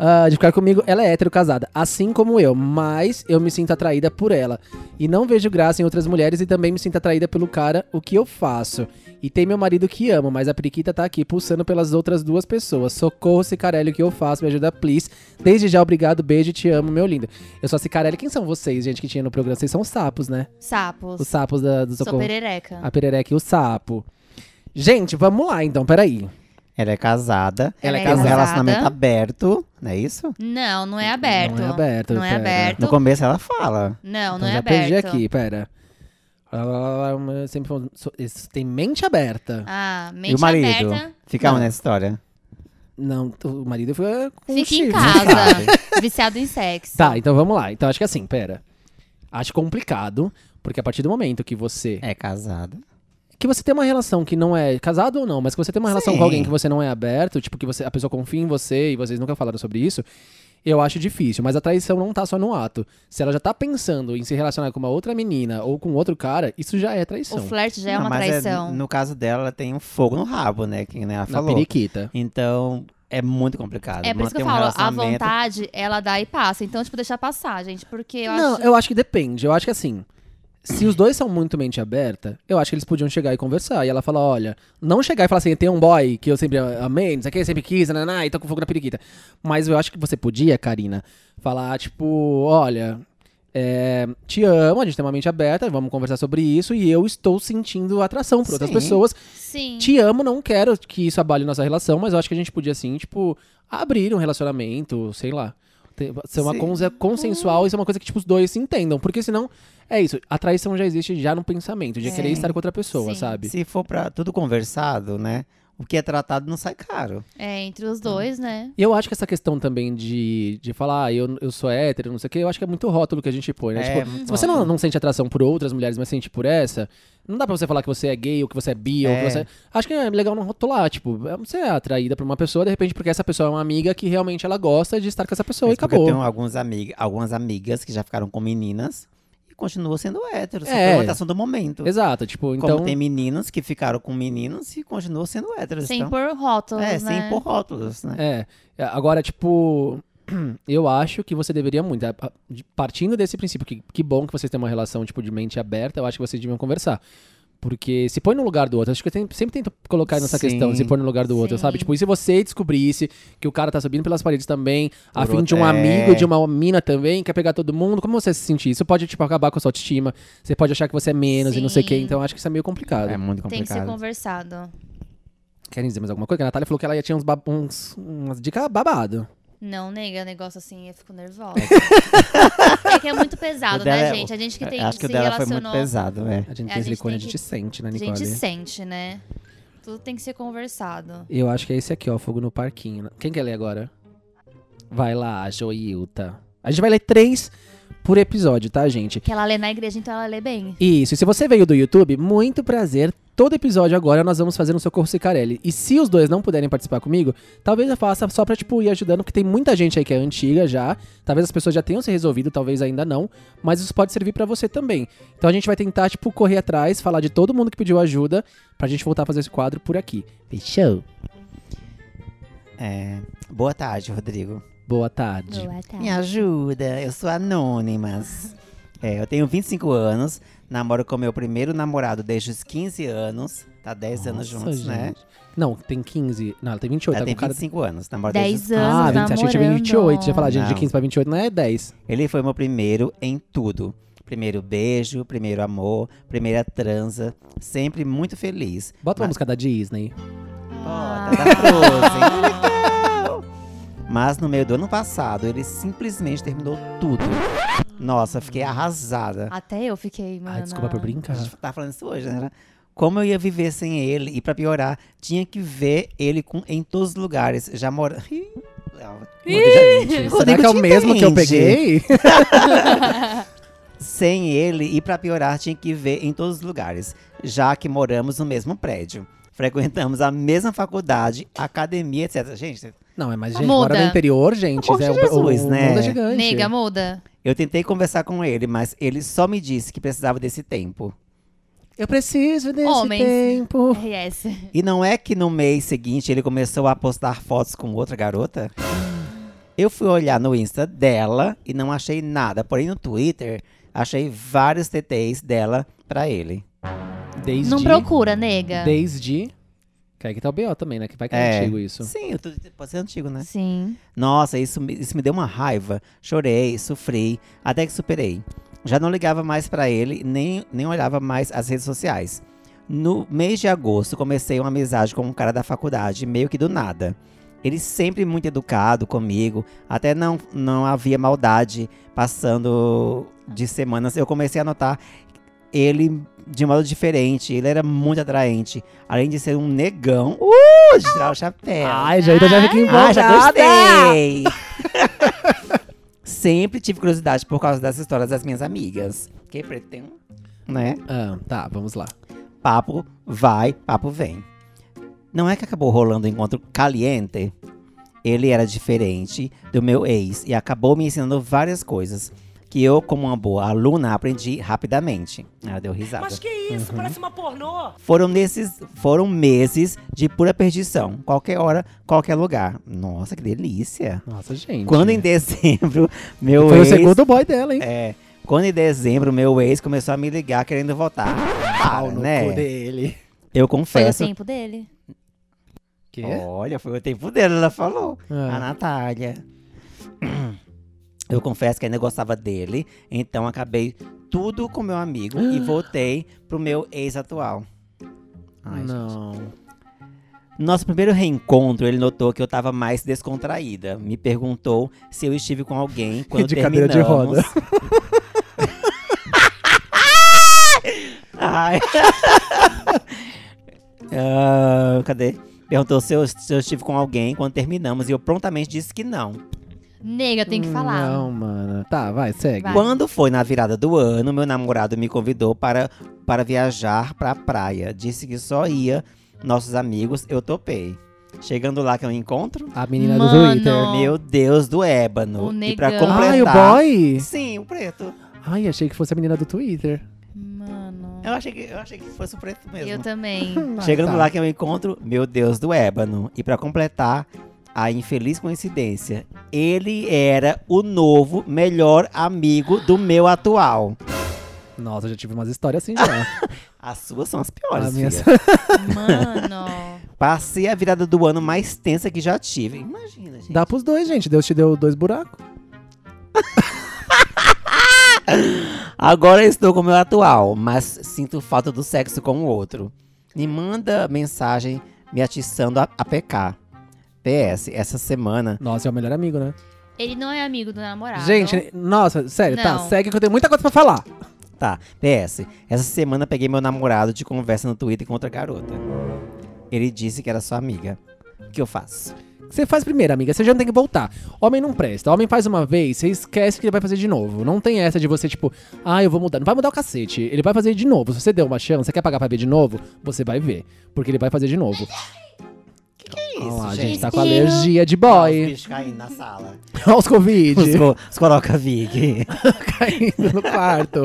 [SPEAKER 1] Ah, de ficar comigo, ela é hétero casada, assim como eu, mas eu me sinto atraída por ela. E não vejo graça em outras mulheres e também me sinto atraída pelo cara, o que eu faço. E tem meu marido que amo, mas a periquita tá aqui pulsando pelas outras duas pessoas. Socorro, Cicarelli, o que eu faço? Me ajuda, please. Desde já, obrigado, beijo, te amo, meu lindo. Eu sou a Cicarelli. Quem são vocês, gente, que tinha no programa? Vocês são os sapos, né?
[SPEAKER 3] Sapos.
[SPEAKER 1] Os sapos Ah. da, do
[SPEAKER 3] Sou
[SPEAKER 1] Socorro.
[SPEAKER 3] perereca.
[SPEAKER 1] A perereca e o sapo. Gente, vamos lá então, peraí.
[SPEAKER 2] Ela é casada.
[SPEAKER 1] Ela é
[SPEAKER 2] Tem um
[SPEAKER 1] casada.
[SPEAKER 2] relacionamento aberto, não é isso?
[SPEAKER 3] Não, não é aberto.
[SPEAKER 1] Não é aberto,
[SPEAKER 3] Não é
[SPEAKER 1] pera.
[SPEAKER 3] aberto.
[SPEAKER 2] No começo ela fala.
[SPEAKER 3] Não,
[SPEAKER 1] Então
[SPEAKER 3] não é
[SPEAKER 1] já
[SPEAKER 3] aberto.
[SPEAKER 1] perdi aqui, pera. Lá, lá, lá, lá, uma- Sempre fomos- so- es- tem mente aberta.
[SPEAKER 3] Ah, mente
[SPEAKER 2] e o marido?
[SPEAKER 3] aberta.
[SPEAKER 2] Fica
[SPEAKER 1] Não.
[SPEAKER 2] onde nessa história?
[SPEAKER 1] Não, o marido foi com
[SPEAKER 3] Fica em
[SPEAKER 1] chifre. [LAUGHS]
[SPEAKER 3] casa. viciado em sexo.
[SPEAKER 1] Tá, então vamos lá. Então acho que assim, pera. Acho complicado, porque a partir do momento que você
[SPEAKER 2] É casada.
[SPEAKER 1] que você tem uma relação que não é casado ou não, mas que você tem uma relação
[SPEAKER 2] Sim.
[SPEAKER 1] com alguém que você não é aberto, tipo que você a pessoa confia em você e vocês nunca falaram sobre isso, eu acho difícil, mas a traição não tá só no ato. Se ela já tá pensando em se relacionar com uma outra menina ou com outro cara, isso já é
[SPEAKER 3] O
[SPEAKER 1] traição.
[SPEAKER 3] flerte já é
[SPEAKER 2] Não,
[SPEAKER 3] uma
[SPEAKER 2] mas é-
[SPEAKER 3] traição.
[SPEAKER 2] no caso dela, ela tem um fogo no rabo, né? Que né, ela
[SPEAKER 1] Na
[SPEAKER 2] falou.
[SPEAKER 1] periquita.
[SPEAKER 2] Então, é muito complicado.
[SPEAKER 3] É por isso que eu
[SPEAKER 2] Manter um
[SPEAKER 3] falo, a
[SPEAKER 2] relacionamento-
[SPEAKER 3] vontade, ela dá e passa. Então, tipo, deixar passar, gente. Porque eu
[SPEAKER 1] não,
[SPEAKER 3] acho.
[SPEAKER 1] eu acho que depende. Eu acho que assim, se os dois são muito mente aberta, eu acho que eles podiam chegar e conversar. E ela fala, olha, não chegar e falar assim, tem um boy que eu sempre amei, não sei o que, sempre quis, naná, e tô com fogo na periquita. Mas eu acho que você podia, Karina, falar, tipo, olha, é, te amo, a gente tem uma mente aberta, vamos conversar sobre isso, e eu estou sentindo atração por outras
[SPEAKER 2] Sim.
[SPEAKER 1] pessoas.
[SPEAKER 3] Sim.
[SPEAKER 1] Te amo, não quero que isso abale nossa relação, mas eu acho que a gente podia, assim, tipo, abrir um relacionamento, sei lá. Ter- Ser uma
[SPEAKER 2] Sim.
[SPEAKER 1] coisa consensual e ser uma coisa que, tipo, os dois se entendam. Porque senão, é isso. A traição já existe já no pensamento, de querer
[SPEAKER 2] Sim.
[SPEAKER 1] estar com outra pessoa,
[SPEAKER 3] Sim.
[SPEAKER 1] sabe?
[SPEAKER 2] Se for pra tudo conversado, né? O que é tratado não sai caro.
[SPEAKER 3] É, entre os dois, né?
[SPEAKER 1] E eu acho que essa questão também de, de falar, ah, eu, eu sou hétero, não sei o quê, eu acho que é muito rótulo que a gente põe, né?
[SPEAKER 2] É,
[SPEAKER 1] Tipo,
[SPEAKER 2] muito
[SPEAKER 1] se você não,
[SPEAKER 2] rótulo.
[SPEAKER 1] não sente atração por outras mulheres, mas sente por essa, não dá pra você falar que você é gay ou que você é bi ou que
[SPEAKER 2] É.
[SPEAKER 1] você. Acho que é legal não rotular, tipo, você é atraída por uma pessoa, de repente, porque essa pessoa é uma amiga que realmente ela gosta de estar com essa pessoa e
[SPEAKER 2] É Porque um Eu
[SPEAKER 1] acabou.
[SPEAKER 2] tenho alguns amig algumas amigas que já ficaram com meninas e continuam sendo héteros.
[SPEAKER 1] É.
[SPEAKER 2] É. uma atração do momento.
[SPEAKER 1] Exato, tipo,
[SPEAKER 2] Como
[SPEAKER 1] então.
[SPEAKER 2] tem meninos que ficaram com meninos e continuam sendo héteros.
[SPEAKER 3] Sem
[SPEAKER 2] então,
[SPEAKER 3] pôr rótulos,
[SPEAKER 2] é,
[SPEAKER 3] né?
[SPEAKER 2] sem pôr rótulos, né?
[SPEAKER 1] É. Agora, tipo, [CLEARS THROAT] eu acho que você deveria muito. é, a- a- de- Partindo desse princípio, que, que bom que vocês têm uma relação, tipo, de mente aberta, eu acho que vocês deviam conversar. Porque se põe no lugar do outro, acho que eu tem- sempre tento colocar nessa
[SPEAKER 2] Sim.
[SPEAKER 1] questão, se põe no lugar do outro,
[SPEAKER 3] Sim.
[SPEAKER 1] sabe? Tipo, e se você descobrisse que o cara tá subindo pelas paredes também, a
[SPEAKER 2] Por
[SPEAKER 1] fim de um
[SPEAKER 2] outro-
[SPEAKER 1] amigo,
[SPEAKER 2] é.
[SPEAKER 1] de uma mina também, quer pegar todo mundo, como você se sentir? Isso pode, tipo, acabar com a sua autoestima, você pode achar que você é menos e não sei o quê,
[SPEAKER 3] Sim.
[SPEAKER 1] então acho que isso é meio complicado.
[SPEAKER 2] É muito
[SPEAKER 3] Tem que ser
[SPEAKER 2] complicado.
[SPEAKER 3] conversado.
[SPEAKER 1] Querem dizer mais alguma coisa? Que A Natália falou que ela ia tinha uns, ba- uns umas dicas babado.
[SPEAKER 3] Não, nega, negócio assim, eu
[SPEAKER 2] [LAUGHS]
[SPEAKER 3] fico nervosa. é que é muito pesado,
[SPEAKER 2] O dela
[SPEAKER 3] né,
[SPEAKER 2] é-
[SPEAKER 3] gente? A gente que tem
[SPEAKER 2] Acho que o
[SPEAKER 3] se
[SPEAKER 2] dela foi muito
[SPEAKER 3] relacionou.
[SPEAKER 2] pesado,
[SPEAKER 1] A
[SPEAKER 2] é.
[SPEAKER 1] gente
[SPEAKER 3] É,
[SPEAKER 1] tem
[SPEAKER 3] a gente
[SPEAKER 1] silicone, a
[SPEAKER 3] tem
[SPEAKER 1] gente
[SPEAKER 3] que-
[SPEAKER 1] sente, né,
[SPEAKER 3] a
[SPEAKER 1] Nicole?
[SPEAKER 3] gente sente, né? Tudo tem que ser conversado.
[SPEAKER 1] Eu acho que é esse aqui, ó, Fogo no Parquinho. né? Quem quer ler agora? Vai lá, Joilta. A gente vai ler três por episódio, tá, gente?
[SPEAKER 3] Que ela lê na igreja, então ela lê bem.
[SPEAKER 1] Isso, e se você veio do YouTube, muito prazer. Todo episódio agora nós vamos fazer um Socorro Cicarelli. E se os dois não puderem participar comigo, talvez eu faça só pra, tipo, ir ajudando, porque tem muita gente aí que é antiga já. Talvez as pessoas já tenham se resolvido, talvez ainda não. Mas isso pode servir pra você também. Então a gente vai tentar, tipo, correr atrás, falar de todo mundo que pediu ajuda, pra gente voltar a fazer esse quadro por aqui. Fechou?
[SPEAKER 2] É. Boa tarde, Rodrigo.
[SPEAKER 1] Boa tarde.
[SPEAKER 3] Boa tá.
[SPEAKER 2] Me
[SPEAKER 3] tarde.
[SPEAKER 2] ajuda, eu sou anônimas. É, eu tenho 25 anos, namoro com meu primeiro namorado desde os 15 anos, Tá 10 anos
[SPEAKER 1] Nossa,
[SPEAKER 2] juntos, né?
[SPEAKER 1] gente. Não, tem 15. Não, ela tem 28.
[SPEAKER 2] Ela
[SPEAKER 1] tá
[SPEAKER 2] tem
[SPEAKER 1] com cara...
[SPEAKER 2] 25 anos, namora desde os
[SPEAKER 3] 10 anos
[SPEAKER 1] Ah, 20,
[SPEAKER 3] namorando.
[SPEAKER 1] achei que tinha 28. Já falar, gente, de
[SPEAKER 2] Não.
[SPEAKER 1] 15 pra 28 não é 10.
[SPEAKER 2] Ele foi meu primeiro em tudo. Primeiro beijo, primeiro amor, primeira transa. Sempre muito feliz.
[SPEAKER 1] Bota uma
[SPEAKER 2] Mas-
[SPEAKER 1] música da Disney.
[SPEAKER 3] Ah.
[SPEAKER 2] Bota, da Frozen. Mas no meio do ano passado, ele simplesmente terminou tudo. Nossa, fiquei arrasada.
[SPEAKER 3] Até eu fiquei, mano.
[SPEAKER 1] Ai, desculpa por brincar.
[SPEAKER 2] A gente tá falando isso hoje, né? Como eu ia viver sem ele? E pra piorar, tinha que ver ele com- em todos os lugares. Já mora. [LAUGHS] Ih, não,
[SPEAKER 1] [LAUGHS]
[SPEAKER 2] gente,
[SPEAKER 1] Será que é o
[SPEAKER 2] te
[SPEAKER 1] mesmo que eu
[SPEAKER 2] entende?
[SPEAKER 1] peguei?
[SPEAKER 2] sem ele e pra piorar tinha que ver em todos os lugares, já que moramos no mesmo prédio. Frequentamos a mesma faculdade, academia, etc. Gente,
[SPEAKER 1] Não, é mas gente,
[SPEAKER 3] Muda.
[SPEAKER 1] mora no interior, gente.
[SPEAKER 2] Amor de
[SPEAKER 1] é, o-
[SPEAKER 2] Jesus,
[SPEAKER 1] o, o
[SPEAKER 2] né?
[SPEAKER 1] mundo é gigante.
[SPEAKER 3] Nega, muda.
[SPEAKER 2] eu tentei conversar com ele, mas ele só me disse que precisava desse tempo.
[SPEAKER 1] eu preciso desse
[SPEAKER 3] Homens.
[SPEAKER 1] tempo.
[SPEAKER 3] RS.
[SPEAKER 2] E não é que no mês seguinte ele começou a postar fotos com outra garota? Eu fui olhar no Insta dela e não achei nada, porém no Twitter achei vários TTs dela pra ele.
[SPEAKER 1] Desde...
[SPEAKER 3] Não procura, nega.
[SPEAKER 1] Desde... Que aí que tá o B.O. também, né? Que vai que é
[SPEAKER 2] É.
[SPEAKER 1] antigo isso.
[SPEAKER 2] Sim, o Twitter pode ser antigo, né?
[SPEAKER 3] Sim.
[SPEAKER 2] Nossa, isso, me- isso me deu uma raiva. Chorei, sofri, até que superei. Já não ligava mais pra ele, nem, nem olhava mais as redes sociais. No mês de agosto, comecei uma amizade com um cara da faculdade, meio que do nada. Ele sempre muito educado comigo, até não, não havia maldade. Passando de semanas, eu comecei a notar ele de um modo diferente. Ele era muito atraente, além de ser um negão. Uh, de tirar o chapéu.
[SPEAKER 1] Ai, já, então já fiquei
[SPEAKER 2] Ah,
[SPEAKER 1] embolada.
[SPEAKER 2] já gostei! [LAUGHS] Sempre tive curiosidade por causa das histórias das minhas amigas. Que pretendo, né?
[SPEAKER 1] Ah, tá, vamos lá.
[SPEAKER 2] Papo vai, papo vem. Não é que acabou rolando o encontro caliente? Ele era diferente do meu ex e acabou me ensinando várias coisas que eu, como uma boa aluna, aprendi rapidamente. Ah, deu risada. Uhum.
[SPEAKER 5] Mas que isso? Parece uma pornô.
[SPEAKER 2] Foram nesses, foram meses de pura perdição. Qualquer hora, qualquer lugar. Nossa, que delícia!
[SPEAKER 1] Nossa, gente.
[SPEAKER 2] Quando em
[SPEAKER 1] [LAUGHS]
[SPEAKER 2] dezembro, meu
[SPEAKER 1] Foi o
[SPEAKER 2] ex.
[SPEAKER 1] segundo boy dela, hein?
[SPEAKER 2] É. Quando em dezembro, meu ex começou a me ligar querendo voltar. Para,
[SPEAKER 1] cu
[SPEAKER 2] né?
[SPEAKER 1] dele.
[SPEAKER 2] Eu
[SPEAKER 3] Foi
[SPEAKER 2] confesso.
[SPEAKER 3] o
[SPEAKER 1] assim.
[SPEAKER 3] tempo dele.
[SPEAKER 1] Quê?
[SPEAKER 2] Olha, foi o tempo dela, ela falou. A
[SPEAKER 1] Ah.
[SPEAKER 2] Natália. Eu confesso que ainda gostava dele, então acabei tudo com meu amigo
[SPEAKER 1] Ah.
[SPEAKER 2] e voltei pro meu ex atual. Ai, gente.
[SPEAKER 1] não.
[SPEAKER 2] Nosso primeiro reencontro, ele notou que eu tava mais descontraída. Me perguntou se eu estive com alguém quando
[SPEAKER 1] De cadeira de
[SPEAKER 2] terminamos. [LAUGHS] Ai. [LAUGHS] Ah, cadê? Perguntou se eu, se eu estive com alguém quando terminamos e eu prontamente disse que não.
[SPEAKER 3] Nega, tem que falar.
[SPEAKER 1] Não, mano. Tá, vai, segue.
[SPEAKER 3] Vai.
[SPEAKER 2] Quando foi na virada do ano, meu namorado me convidou para, para viajar para a praia. Disse que só ia, nossos amigos, eu topei. Chegando lá que é um encontro,
[SPEAKER 1] A menina do
[SPEAKER 3] Mano.
[SPEAKER 1] Twitter.
[SPEAKER 2] Meu Deus do ébano.
[SPEAKER 3] O
[SPEAKER 2] e pra
[SPEAKER 3] negão.
[SPEAKER 2] completar.
[SPEAKER 1] Ai, o boy?
[SPEAKER 2] Sim, o preto.
[SPEAKER 1] Ai, achei que fosse a menina do Twitter.
[SPEAKER 3] Mano.
[SPEAKER 2] Eu achei que, eu achei que fosse o preto mesmo.
[SPEAKER 3] Eu
[SPEAKER 1] [LAUGHS]
[SPEAKER 3] também.
[SPEAKER 2] Chegando
[SPEAKER 1] Ah, tá.
[SPEAKER 2] lá que eu encontro, meu Deus do ébano. E pra completar a infeliz coincidência, ele era o novo melhor amigo do meu atual.
[SPEAKER 1] Nossa, eu já tive umas histórias assim já.
[SPEAKER 2] As suas são as piores.
[SPEAKER 1] A minha-
[SPEAKER 2] filha.
[SPEAKER 3] Mano.
[SPEAKER 2] Passei a virada do ano mais tensa que já tive. Imagina, gente.
[SPEAKER 1] Dá pros dois, gente. Deus te deu dois buracos.
[SPEAKER 2] Agora eu estou com o meu atual, mas sinto falta do sexo com o outro. Me manda mensagem me atiçando a, a pecar. PS, essa semana.
[SPEAKER 1] Nossa, é o melhor amigo, né?
[SPEAKER 3] Ele não é amigo do namorado.
[SPEAKER 1] Gente, nossa, sério, tá.
[SPEAKER 3] Não.
[SPEAKER 1] Segue que eu tenho muita coisa pra falar.
[SPEAKER 2] Tá, PS, essa semana peguei meu namorado de conversa no Twitter com outra garota. Ele disse que era sua amiga. O que eu faço?
[SPEAKER 1] O que Você faz primeiro, amiga. Você já não tem que voltar. Homem não presta. Homem faz uma vez, você esquece que ele vai fazer de novo. Não tem essa de você, tipo, ah, eu vou mudar. Não vai mudar o cacete. Ele vai fazer de novo. Se você deu uma chance, você quer pagar pra ver de novo, você vai ver. Porque ele vai fazer de novo.
[SPEAKER 2] Que
[SPEAKER 1] Olha
[SPEAKER 2] isso,
[SPEAKER 1] lá, a gente
[SPEAKER 2] gente?
[SPEAKER 1] tá com
[SPEAKER 3] Respira.
[SPEAKER 1] alergia de
[SPEAKER 2] Os
[SPEAKER 1] boy.
[SPEAKER 2] bichos caindo na sala.
[SPEAKER 1] Olha [LAUGHS] os Covid.
[SPEAKER 2] Os, co- os coroca Vig.
[SPEAKER 1] caindo tá no quarto.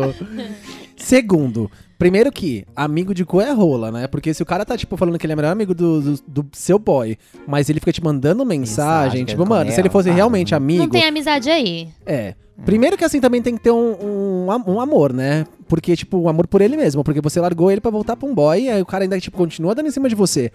[SPEAKER 1] Segundo, primeiro que amigo de cu é rola, né? Porque se o cara tá, tipo, falando que ele é o melhor amigo do, do- do seu boy, mas ele fica te mandando mensagem,
[SPEAKER 2] Mensagem,
[SPEAKER 1] tipo,
[SPEAKER 2] querendo
[SPEAKER 1] mano,
[SPEAKER 2] comer,
[SPEAKER 1] se ele fosse
[SPEAKER 2] ah,
[SPEAKER 1] realmente
[SPEAKER 2] não
[SPEAKER 1] amigo.
[SPEAKER 3] Não tem amizade aí.
[SPEAKER 1] É. Primeiro que assim também tem que ter um, um, am- um amor, né? Porque, tipo, o amor por ele mesmo. Porque você largou ele pra voltar pra um boy, e aí o cara ainda, tipo, continua dando em cima de você.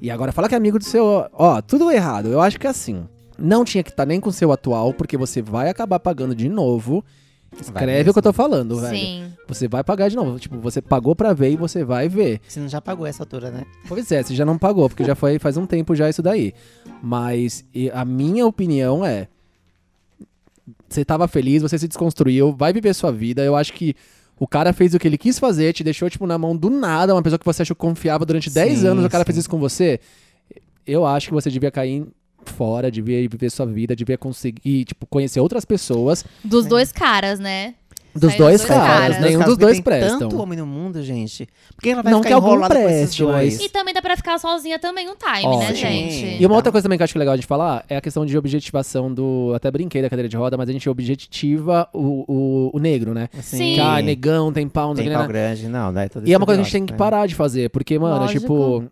[SPEAKER 1] E agora fala que é amigo do seu. Ó, tudo errado. Eu acho que é assim. Não tinha que estar nem com o seu atual, porque você vai acabar pagando de novo. [LAUGHS] Escreve o que eu tô falando, velho.
[SPEAKER 3] Sim.
[SPEAKER 1] Você vai pagar de novo. Tipo, você pagou pra ver e você vai ver.
[SPEAKER 2] Você não já pagou essa altura, né?
[SPEAKER 1] Pois é, você já não pagou, porque já foi faz um tempo já isso daí. Mas e a minha opinião é. Você tava feliz, você se desconstruiu, vai viver sua vida. Eu acho que o cara fez o que ele quis fazer, te deixou, tipo, na mão do nada, uma pessoa que você achou confiável durante 10
[SPEAKER 2] Sim,
[SPEAKER 1] anos, o cara
[SPEAKER 2] sim.
[SPEAKER 1] fez isso com você. Eu acho que você devia cair fora, devia ir viver sua vida, devia conseguir, tipo, conhecer outras pessoas.
[SPEAKER 3] Dos dois caras, né?
[SPEAKER 1] Dos
[SPEAKER 3] Saiu
[SPEAKER 1] dois,
[SPEAKER 3] dos dois
[SPEAKER 1] caras,
[SPEAKER 3] caras.
[SPEAKER 1] nenhum
[SPEAKER 2] Caso
[SPEAKER 1] dos
[SPEAKER 2] que
[SPEAKER 1] dois
[SPEAKER 2] tem
[SPEAKER 1] prestam.
[SPEAKER 2] tanto homem no mundo, gente. Por que ela vai
[SPEAKER 1] Não
[SPEAKER 2] ficar
[SPEAKER 1] que algum
[SPEAKER 2] enrolada com esses
[SPEAKER 1] preste,
[SPEAKER 2] dois?
[SPEAKER 1] mas-
[SPEAKER 3] E também dá pra ficar sozinha também um time, né,
[SPEAKER 1] Ótimo.
[SPEAKER 3] gente?
[SPEAKER 1] E uma
[SPEAKER 2] Então.
[SPEAKER 1] outra coisa também que eu acho que é legal a gente falar é a questão de objetivação do. Até brinquei da cadeira de roda, mas a gente objetiva o, o, o negro, né?
[SPEAKER 3] Sim.
[SPEAKER 1] Que, ah, negão, tem pau, não sei o
[SPEAKER 2] Tem
[SPEAKER 1] que, né?
[SPEAKER 2] Assim, pau grande, não, né? Tudo
[SPEAKER 1] E é uma
[SPEAKER 2] isso
[SPEAKER 1] coisa que a gente tem que
[SPEAKER 2] né?
[SPEAKER 1] parar de fazer, porque, mano,
[SPEAKER 3] Lógico.
[SPEAKER 1] tipo.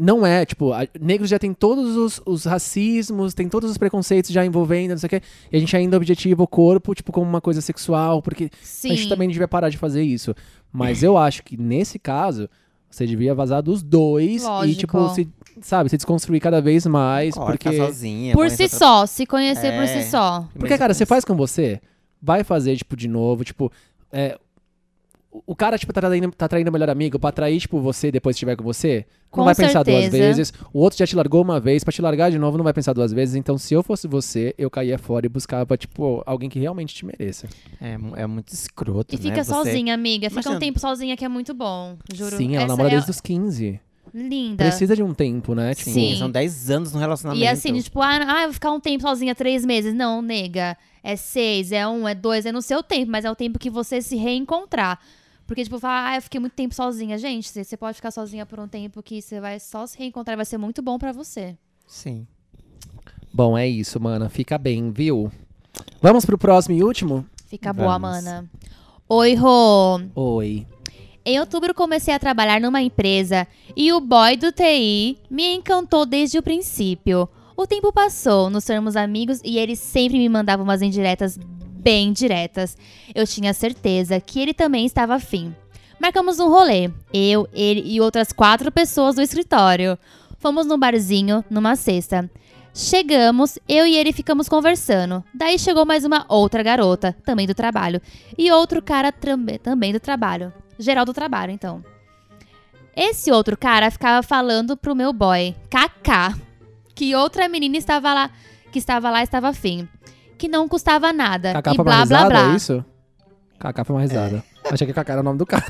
[SPEAKER 1] Não é, tipo, a- negros já tem todos os, os racismos, tem todos os preconceitos já envolvendo, não sei o quê. E a gente ainda objetiva o corpo, tipo, como uma coisa sexual, porque a gente
[SPEAKER 3] Sim.
[SPEAKER 1] também devia parar de fazer isso. Mas eu acho que nesse caso, você devia vazar dos dois e,
[SPEAKER 3] Lógico.
[SPEAKER 1] tipo, se, sabe, se desconstruir cada vez mais.
[SPEAKER 2] Corta
[SPEAKER 1] porque.
[SPEAKER 2] tá sozinha,
[SPEAKER 3] Por
[SPEAKER 2] põe
[SPEAKER 3] si
[SPEAKER 2] outra-
[SPEAKER 3] só, se conhecer por
[SPEAKER 2] É.
[SPEAKER 3] si só.
[SPEAKER 1] Porque, cara,
[SPEAKER 2] assim.
[SPEAKER 1] você faz com você, vai fazer, tipo, de novo, tipo, é, o- o cara, tipo, tá traindo, tá traindo o melhor amigo pra atrair, tipo, você depois que estiver com você, não
[SPEAKER 3] Com
[SPEAKER 1] vai pensar duas
[SPEAKER 3] certeza.
[SPEAKER 1] vezes. O outro já te largou uma vez, pra te largar de novo, não vai pensar duas vezes. Então, se eu fosse você, eu caía fora e buscava, tipo, alguém que realmente te mereça.
[SPEAKER 2] É, mu- é muito escroto,
[SPEAKER 3] E
[SPEAKER 2] né?
[SPEAKER 3] fica
[SPEAKER 2] Você-
[SPEAKER 3] sozinha, amiga. Fica
[SPEAKER 2] Imagina-
[SPEAKER 3] um tempo sozinha que é muito bom, juro.
[SPEAKER 1] Sim, ela
[SPEAKER 3] Essa
[SPEAKER 1] namora
[SPEAKER 3] é
[SPEAKER 1] desde os 15.
[SPEAKER 3] linda.
[SPEAKER 1] Precisa de um tempo, né? Tipo,
[SPEAKER 2] Sim,
[SPEAKER 3] Sim.
[SPEAKER 2] é, são 10 anos no relacionamento.
[SPEAKER 3] E assim, tipo, ah, ah, eu vou ficar um tempo sozinha, três meses. Não, nega. É seis, é um, é dois, é no seu tempo, mas é o tempo que você se reencontrar. Porque, tipo, falar, ah, eu fiquei muito tempo sozinha. Gente, você você pode ficar sozinha por um tempo que você vai só se reencontrar, vai ser muito bom pra você.
[SPEAKER 2] Sim.
[SPEAKER 1] Bom, é isso, mana. Fica bem, viu? Vamos pro próximo e último?
[SPEAKER 3] Fica boa,
[SPEAKER 2] Vamos.
[SPEAKER 3] mana. Oi, Rô.
[SPEAKER 1] Oi.
[SPEAKER 3] Em outubro comecei a trabalhar numa empresa e o boy do TI me encantou desde o princípio. O tempo passou, nos formos amigos e ele sempre me mandava umas indiretas bem diretas. Eu tinha certeza que ele também estava afim. Marcamos um rolê, eu, ele e outras quatro pessoas do escritório. Fomos num barzinho numa sexta. Chegamos, eu e ele ficamos conversando. Daí chegou mais uma outra garota, também do trabalho, e outro cara trambe- também do trabalho. Geral do trabalho, então. Esse outro cara ficava falando pro meu boy, Kaká, que outra menina estava lá, que estava lá estava afim, que não custava nada
[SPEAKER 1] Cacá
[SPEAKER 3] e
[SPEAKER 1] foi uma
[SPEAKER 3] blá blá
[SPEAKER 1] risada,
[SPEAKER 3] blá. É.
[SPEAKER 1] é isso? Cacá foi uma risada. Achei que Cacá era o nome do cara.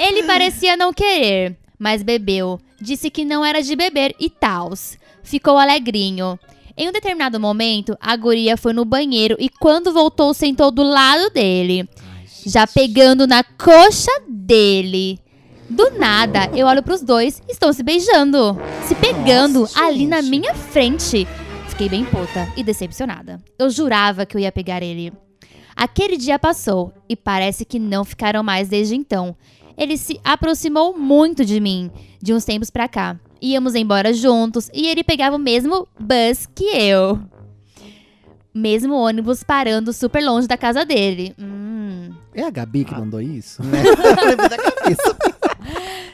[SPEAKER 3] Ele parecia não querer, mas bebeu. Disse que não era de beber e tals. Ficou alegrinho. Em um determinado momento, a guria foi no banheiro e quando voltou, sentou do lado dele. Já pegando na coxa dele. Do nada, eu olho pros dois, estão se beijando, se pegando
[SPEAKER 2] Nossa,
[SPEAKER 3] ali na
[SPEAKER 2] gente.
[SPEAKER 3] minha frente. Fiquei bem puta e decepcionada. Eu jurava que eu ia pegar ele. Aquele dia passou e parece que não ficaram mais desde então. Ele se aproximou muito de mim, de uns tempos pra cá. Íamos embora juntos e ele pegava o mesmo bus que eu. Mesmo ônibus parando super longe da casa dele. Hum.
[SPEAKER 1] É a Gabi que mandou isso?
[SPEAKER 2] Né?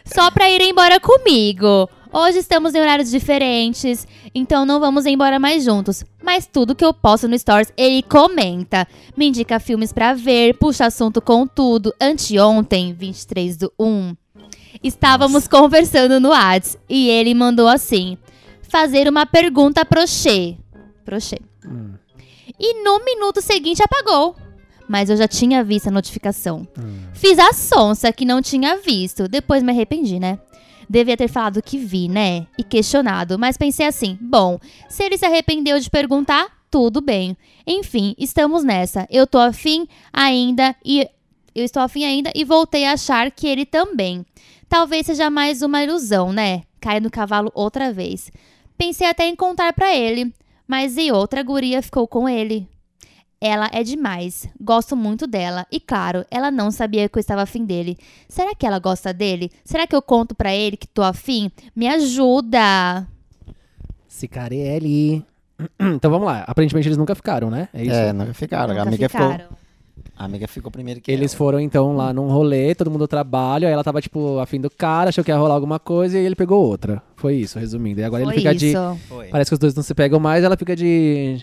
[SPEAKER 3] Só pra ir embora comigo. Hoje estamos em horários diferentes, então não vamos embora mais juntos. Mas tudo que eu posto no Stories, ele comenta. Me indica filmes pra ver, puxa assunto com tudo. Anteontem, 23 do 1, estávamos conversando no Whats e ele mandou assim: fazer uma pergunta pro Xê. Pro Xê.
[SPEAKER 1] Hum.
[SPEAKER 3] E no minuto seguinte apagou. Mas eu já tinha visto a notificação. Fiz a sonsa que não tinha visto. Depois me arrependi, né? Devia ter falado que vi, né? E questionado. Mas pensei assim: bom, se ele se arrependeu de perguntar, tudo bem. Enfim, estamos nessa. Eu tô afim ainda e. Eu estou afim ainda e voltei a achar que ele também. Talvez seja mais uma ilusão, né? Cai no cavalo outra vez. Pensei até em contar pra ele, mas e outra guria ficou com ele. Ela é demais. Gosto muito dela. E claro, ela não sabia que eu estava afim dele. Será que ela gosta dele? Será que eu conto pra ele que tô afim? Me ajuda!
[SPEAKER 1] [CLEARS THROAT] Cicarelli. Então vamos lá. Aparentemente eles nunca ficaram, né? É isso?
[SPEAKER 2] É, nunca ficaram.
[SPEAKER 3] Nunca
[SPEAKER 2] a amiga ficou
[SPEAKER 3] ficaram.
[SPEAKER 2] A amiga ficou primeiro que
[SPEAKER 1] Eles
[SPEAKER 2] ela.
[SPEAKER 1] foram, então, lá num rolê, todo mundo trabalha, aí ela tava, tipo, afim do cara, achou que ia rolar alguma coisa e ele pegou outra. Foi isso, resumindo. E agora
[SPEAKER 3] Foi
[SPEAKER 1] ele fica de.
[SPEAKER 3] isso.
[SPEAKER 2] Foi.
[SPEAKER 1] Parece que os dois não se pegam mais, ela fica de.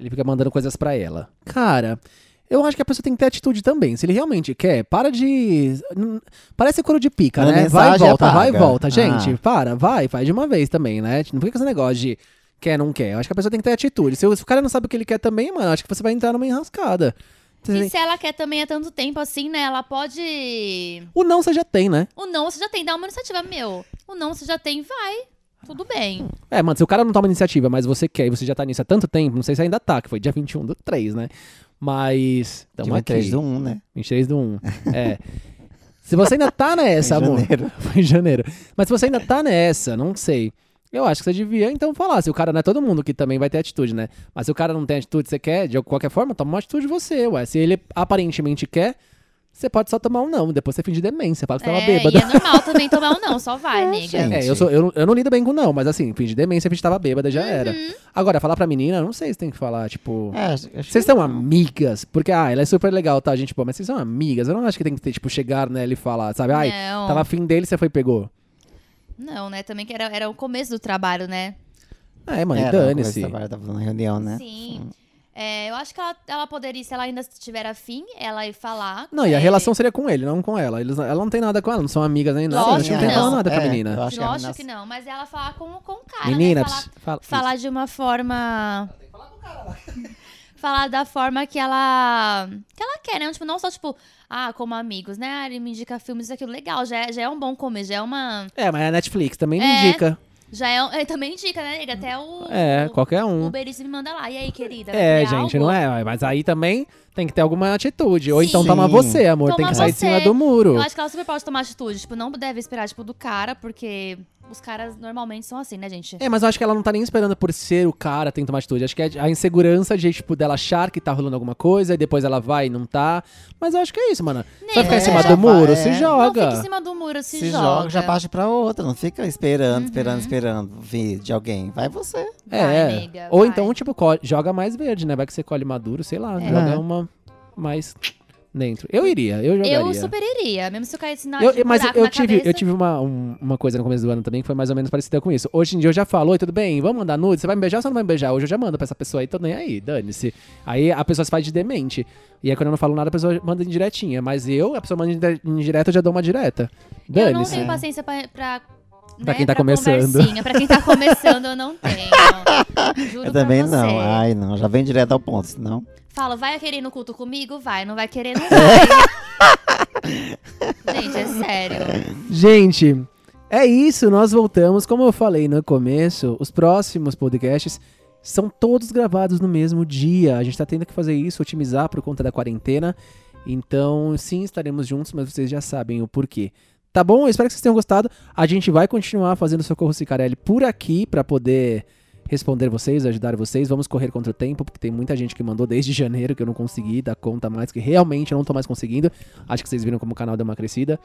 [SPEAKER 1] Ele fica mandando coisas pra ela. Cara, eu acho que a pessoa tem que ter atitude também. Se ele realmente quer, para de. N- Parece couro de pica,
[SPEAKER 2] Manda
[SPEAKER 1] né? Vai e
[SPEAKER 2] mensagem,
[SPEAKER 1] volta, vai e
[SPEAKER 2] apaga.
[SPEAKER 1] volta. Gente,
[SPEAKER 2] Ah.
[SPEAKER 1] para, vai, faz de uma vez também, né? Não fica com esse negócio de quer, não quer. Eu acho que a pessoa tem que ter atitude. Se o, se o cara não sabe o que ele quer também, mano, eu acho que você vai entrar numa enrascada.
[SPEAKER 3] E se ela quer também há tanto tempo assim, né? Ela pode.
[SPEAKER 1] O não você já tem, né?
[SPEAKER 3] O não você já tem, dá uma iniciativa, meu. O não você já tem, vai. Tudo bem.
[SPEAKER 1] É, mano, se o cara não toma iniciativa, mas você quer e você já tá nisso há tanto tempo, não sei se ainda tá, que foi dia 21 do 3, né? Mas. Tamo
[SPEAKER 2] Dia
[SPEAKER 1] aqui.
[SPEAKER 2] 3 do 1, né?
[SPEAKER 1] 23 do 1. É. Se você ainda
[SPEAKER 2] [LAUGHS]
[SPEAKER 1] tá nessa,
[SPEAKER 2] Em
[SPEAKER 1] amor.
[SPEAKER 2] janeiro.
[SPEAKER 1] [LAUGHS] Foi em janeiro. Mas se você ainda tá nessa, não sei. Eu acho que você devia então falar. Se o cara não é todo mundo que também vai ter atitude, né? Mas se o cara não tem atitude, você quer, de qualquer forma, toma uma atitude você, ué. Se ele aparentemente quer, você pode só tomar um não. Depois você finge demência, fala que você tava
[SPEAKER 3] é,
[SPEAKER 1] bêbada.
[SPEAKER 3] e é normal também tomar um não, só vai, nega.
[SPEAKER 2] gente.
[SPEAKER 1] [LAUGHS] É, eu, sou, eu, não- eu não lido bem com não, mas assim, finge demência, finge que tava bêbada, já era.
[SPEAKER 3] Uhum.
[SPEAKER 1] Agora, falar pra menina, eu não sei se tem que falar, tipo.
[SPEAKER 2] É, acho acho
[SPEAKER 1] Vocês
[SPEAKER 2] que-
[SPEAKER 1] são amigas? Porque, ah, ela é super legal, tá, gente? Pô, mas vocês são amigas. Eu não acho que tem que ter, tipo, chegar nela e falar, sabe? Ai,
[SPEAKER 3] Não.
[SPEAKER 1] tava afim dele, você foi e pegou.
[SPEAKER 3] Não, né? Também que era, era o começo do trabalho, né?
[SPEAKER 1] É, mano, e
[SPEAKER 2] Era,
[SPEAKER 1] dane-se.
[SPEAKER 2] quando Eu tava na reunião, né?
[SPEAKER 3] Sim. É, eu acho que ela, ela poderia, se ela ainda tiver afim, ela ir falar. com
[SPEAKER 1] Não, e a
[SPEAKER 3] ele.
[SPEAKER 1] relação seria com ele, não com ela. Eles, ela não tem nada com ela, não são amigas nem nada.
[SPEAKER 3] Lógico
[SPEAKER 1] Lógico, não
[SPEAKER 3] que
[SPEAKER 1] tem falado
[SPEAKER 3] não.
[SPEAKER 1] nada pra
[SPEAKER 2] É, eu
[SPEAKER 1] menina.
[SPEAKER 2] acho que a
[SPEAKER 3] Lógico
[SPEAKER 2] mina-
[SPEAKER 3] que não, mas ela falar com, com o cara.
[SPEAKER 1] Menina,
[SPEAKER 3] né? falar,
[SPEAKER 1] pss, fala-
[SPEAKER 3] falar de uma forma. [LAUGHS] Falar da forma que ela. que ela quer, né? Tipo, não só, tipo, ah, como amigos, né? Ah, ele me indica filmes, isso aquilo. Legal, já é, já é um bom começo, já é uma.
[SPEAKER 1] É, mas a Netflix também me
[SPEAKER 3] É.
[SPEAKER 1] indica.
[SPEAKER 3] Já é, um- [LAUGHS] é, também indica, né, nega? Até o.
[SPEAKER 1] É,
[SPEAKER 3] o,
[SPEAKER 1] qualquer um.
[SPEAKER 3] O Berício me manda lá. E aí, querida? vai
[SPEAKER 1] É,
[SPEAKER 3] querer
[SPEAKER 1] gente,
[SPEAKER 3] algo?
[SPEAKER 1] não é. Mas aí também tem que ter alguma atitude. Ou
[SPEAKER 3] Sim.
[SPEAKER 1] então toma
[SPEAKER 2] Sim.
[SPEAKER 1] você, amor. tem
[SPEAKER 3] Toma
[SPEAKER 1] que sair de
[SPEAKER 3] você.
[SPEAKER 1] cima do muro.
[SPEAKER 3] Eu acho que ela super pode tomar atitude. Tipo, não deve esperar, tipo, do cara, porque os caras normalmente são assim, né, gente?
[SPEAKER 1] É, mas eu acho que ela não tá nem esperando por ser o cara tem que tomar atitude. Acho que é a insegurança de, tipo, dela achar que tá rolando alguma coisa e depois ela vai e não tá. Mas eu acho que é isso, mano. Você vai ficar em
[SPEAKER 2] É,
[SPEAKER 1] cima
[SPEAKER 2] já
[SPEAKER 1] do
[SPEAKER 2] vai,
[SPEAKER 1] muro?
[SPEAKER 2] é.
[SPEAKER 1] Se
[SPEAKER 2] Não
[SPEAKER 1] joga.
[SPEAKER 3] Não fica em cima do muro, se,
[SPEAKER 2] Se joga, já parte pra outra. Não fica esperando, esperando, esperando vir de alguém. Vai você.
[SPEAKER 3] Vai,
[SPEAKER 1] é.
[SPEAKER 3] nega,
[SPEAKER 1] Ou
[SPEAKER 3] vai.
[SPEAKER 1] então, tipo, co- joga mais verde, né? Vai que você colhe maduro, sei lá.
[SPEAKER 2] É.
[SPEAKER 1] Joga uma mais dentro. Eu iria, eu jogaria.
[SPEAKER 3] Eu super iria, mesmo se eu caísse na
[SPEAKER 1] Eu-
[SPEAKER 3] de
[SPEAKER 1] mas
[SPEAKER 3] um buraco
[SPEAKER 1] eu
[SPEAKER 3] na
[SPEAKER 1] tive,
[SPEAKER 3] cabeça.
[SPEAKER 1] eu tive uma, um- uma coisa no começo do ano também que foi mais ou menos parecida com isso. Hoje em dia eu já falo, oi, tudo bem, vamos mandar nude? Você vai me beijar ou você não vai me beijar? Hoje eu já mando pra essa pessoa aí, tô nem aí, dane-se. Aí a pessoa se faz de demente. E aí quando eu não falo nada, a pessoa manda indiretinha. Mas eu, a pessoa manda indire- indireta, eu já dou uma direta.
[SPEAKER 3] Eu não
[SPEAKER 1] Dane-se.
[SPEAKER 3] tenho paciência pra... pra né,
[SPEAKER 1] Pra quem tá
[SPEAKER 3] pra
[SPEAKER 1] começando.
[SPEAKER 3] conversinha, Pra quem tá começando, eu
[SPEAKER 1] [LAUGHS]
[SPEAKER 3] não tenho. Juro
[SPEAKER 2] eu também
[SPEAKER 3] pra você.
[SPEAKER 2] não. Ai, não. Já vem direto ao ponto, senão.
[SPEAKER 3] Falo, vai querer ir no culto comigo? Vai. Não vai querer,
[SPEAKER 1] [LAUGHS]
[SPEAKER 3] não vai. Gente, é sério.
[SPEAKER 1] Gente, é isso, nós voltamos. Como eu falei no começo, os próximos podcasts são todos gravados no mesmo dia. A gente tá tendo que fazer isso, otimizar por conta da quarentena. Então, sim, estaremos juntos, mas vocês já sabem o porquê. Tá bom? Eu espero que vocês tenham gostado. A gente vai continuar fazendo Socorro Cicarelli por aqui pra poder responder vocês, ajudar vocês. Vamos correr contra o tempo, porque tem muita gente que mandou desde [LAUGHS] janeiro que eu não consegui dar conta mais, que realmente eu não tô mais conseguindo. Acho que vocês viram como o canal deu uma crescida.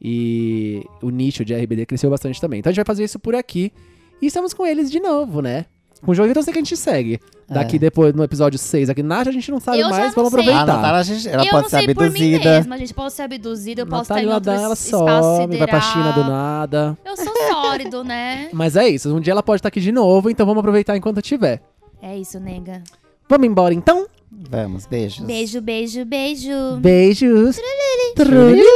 [SPEAKER 1] E o nicho de RBD cresceu bastante também. Então a gente vai fazer isso por aqui. E estamos com eles de novo, né? Com o jogo então sei que a gente segue. Daqui depois, no episódio 6 aqui na Nath, a gente não sabe
[SPEAKER 3] É. Eu já
[SPEAKER 1] mais,
[SPEAKER 3] não
[SPEAKER 1] vamos
[SPEAKER 3] sei.
[SPEAKER 2] Ah,
[SPEAKER 1] aproveitar.
[SPEAKER 2] a Natália, a gente- ela
[SPEAKER 3] eu
[SPEAKER 2] pode
[SPEAKER 3] não
[SPEAKER 2] ser
[SPEAKER 3] sei por mim
[SPEAKER 2] abduzida.
[SPEAKER 3] mesma, gente. Posso ser abduzida, eu posso
[SPEAKER 1] Natália
[SPEAKER 3] estar
[SPEAKER 1] Ladan,
[SPEAKER 3] em outro
[SPEAKER 1] ela
[SPEAKER 3] es- espaço
[SPEAKER 1] some, vai pra
[SPEAKER 3] sideral.
[SPEAKER 1] China do nada.
[SPEAKER 3] Eu sou sólido, né?
[SPEAKER 1] Mas é isso, um dia ela pode estar aqui de novo, então vamos aproveitar enquanto tiver.
[SPEAKER 3] É
[SPEAKER 2] [LAUGHS]
[SPEAKER 3] isso, nega.
[SPEAKER 1] Vamos embora então?
[SPEAKER 2] Vamos, beijos.
[SPEAKER 3] Beijo, beijo, beijo.
[SPEAKER 1] Beijos. Trulili.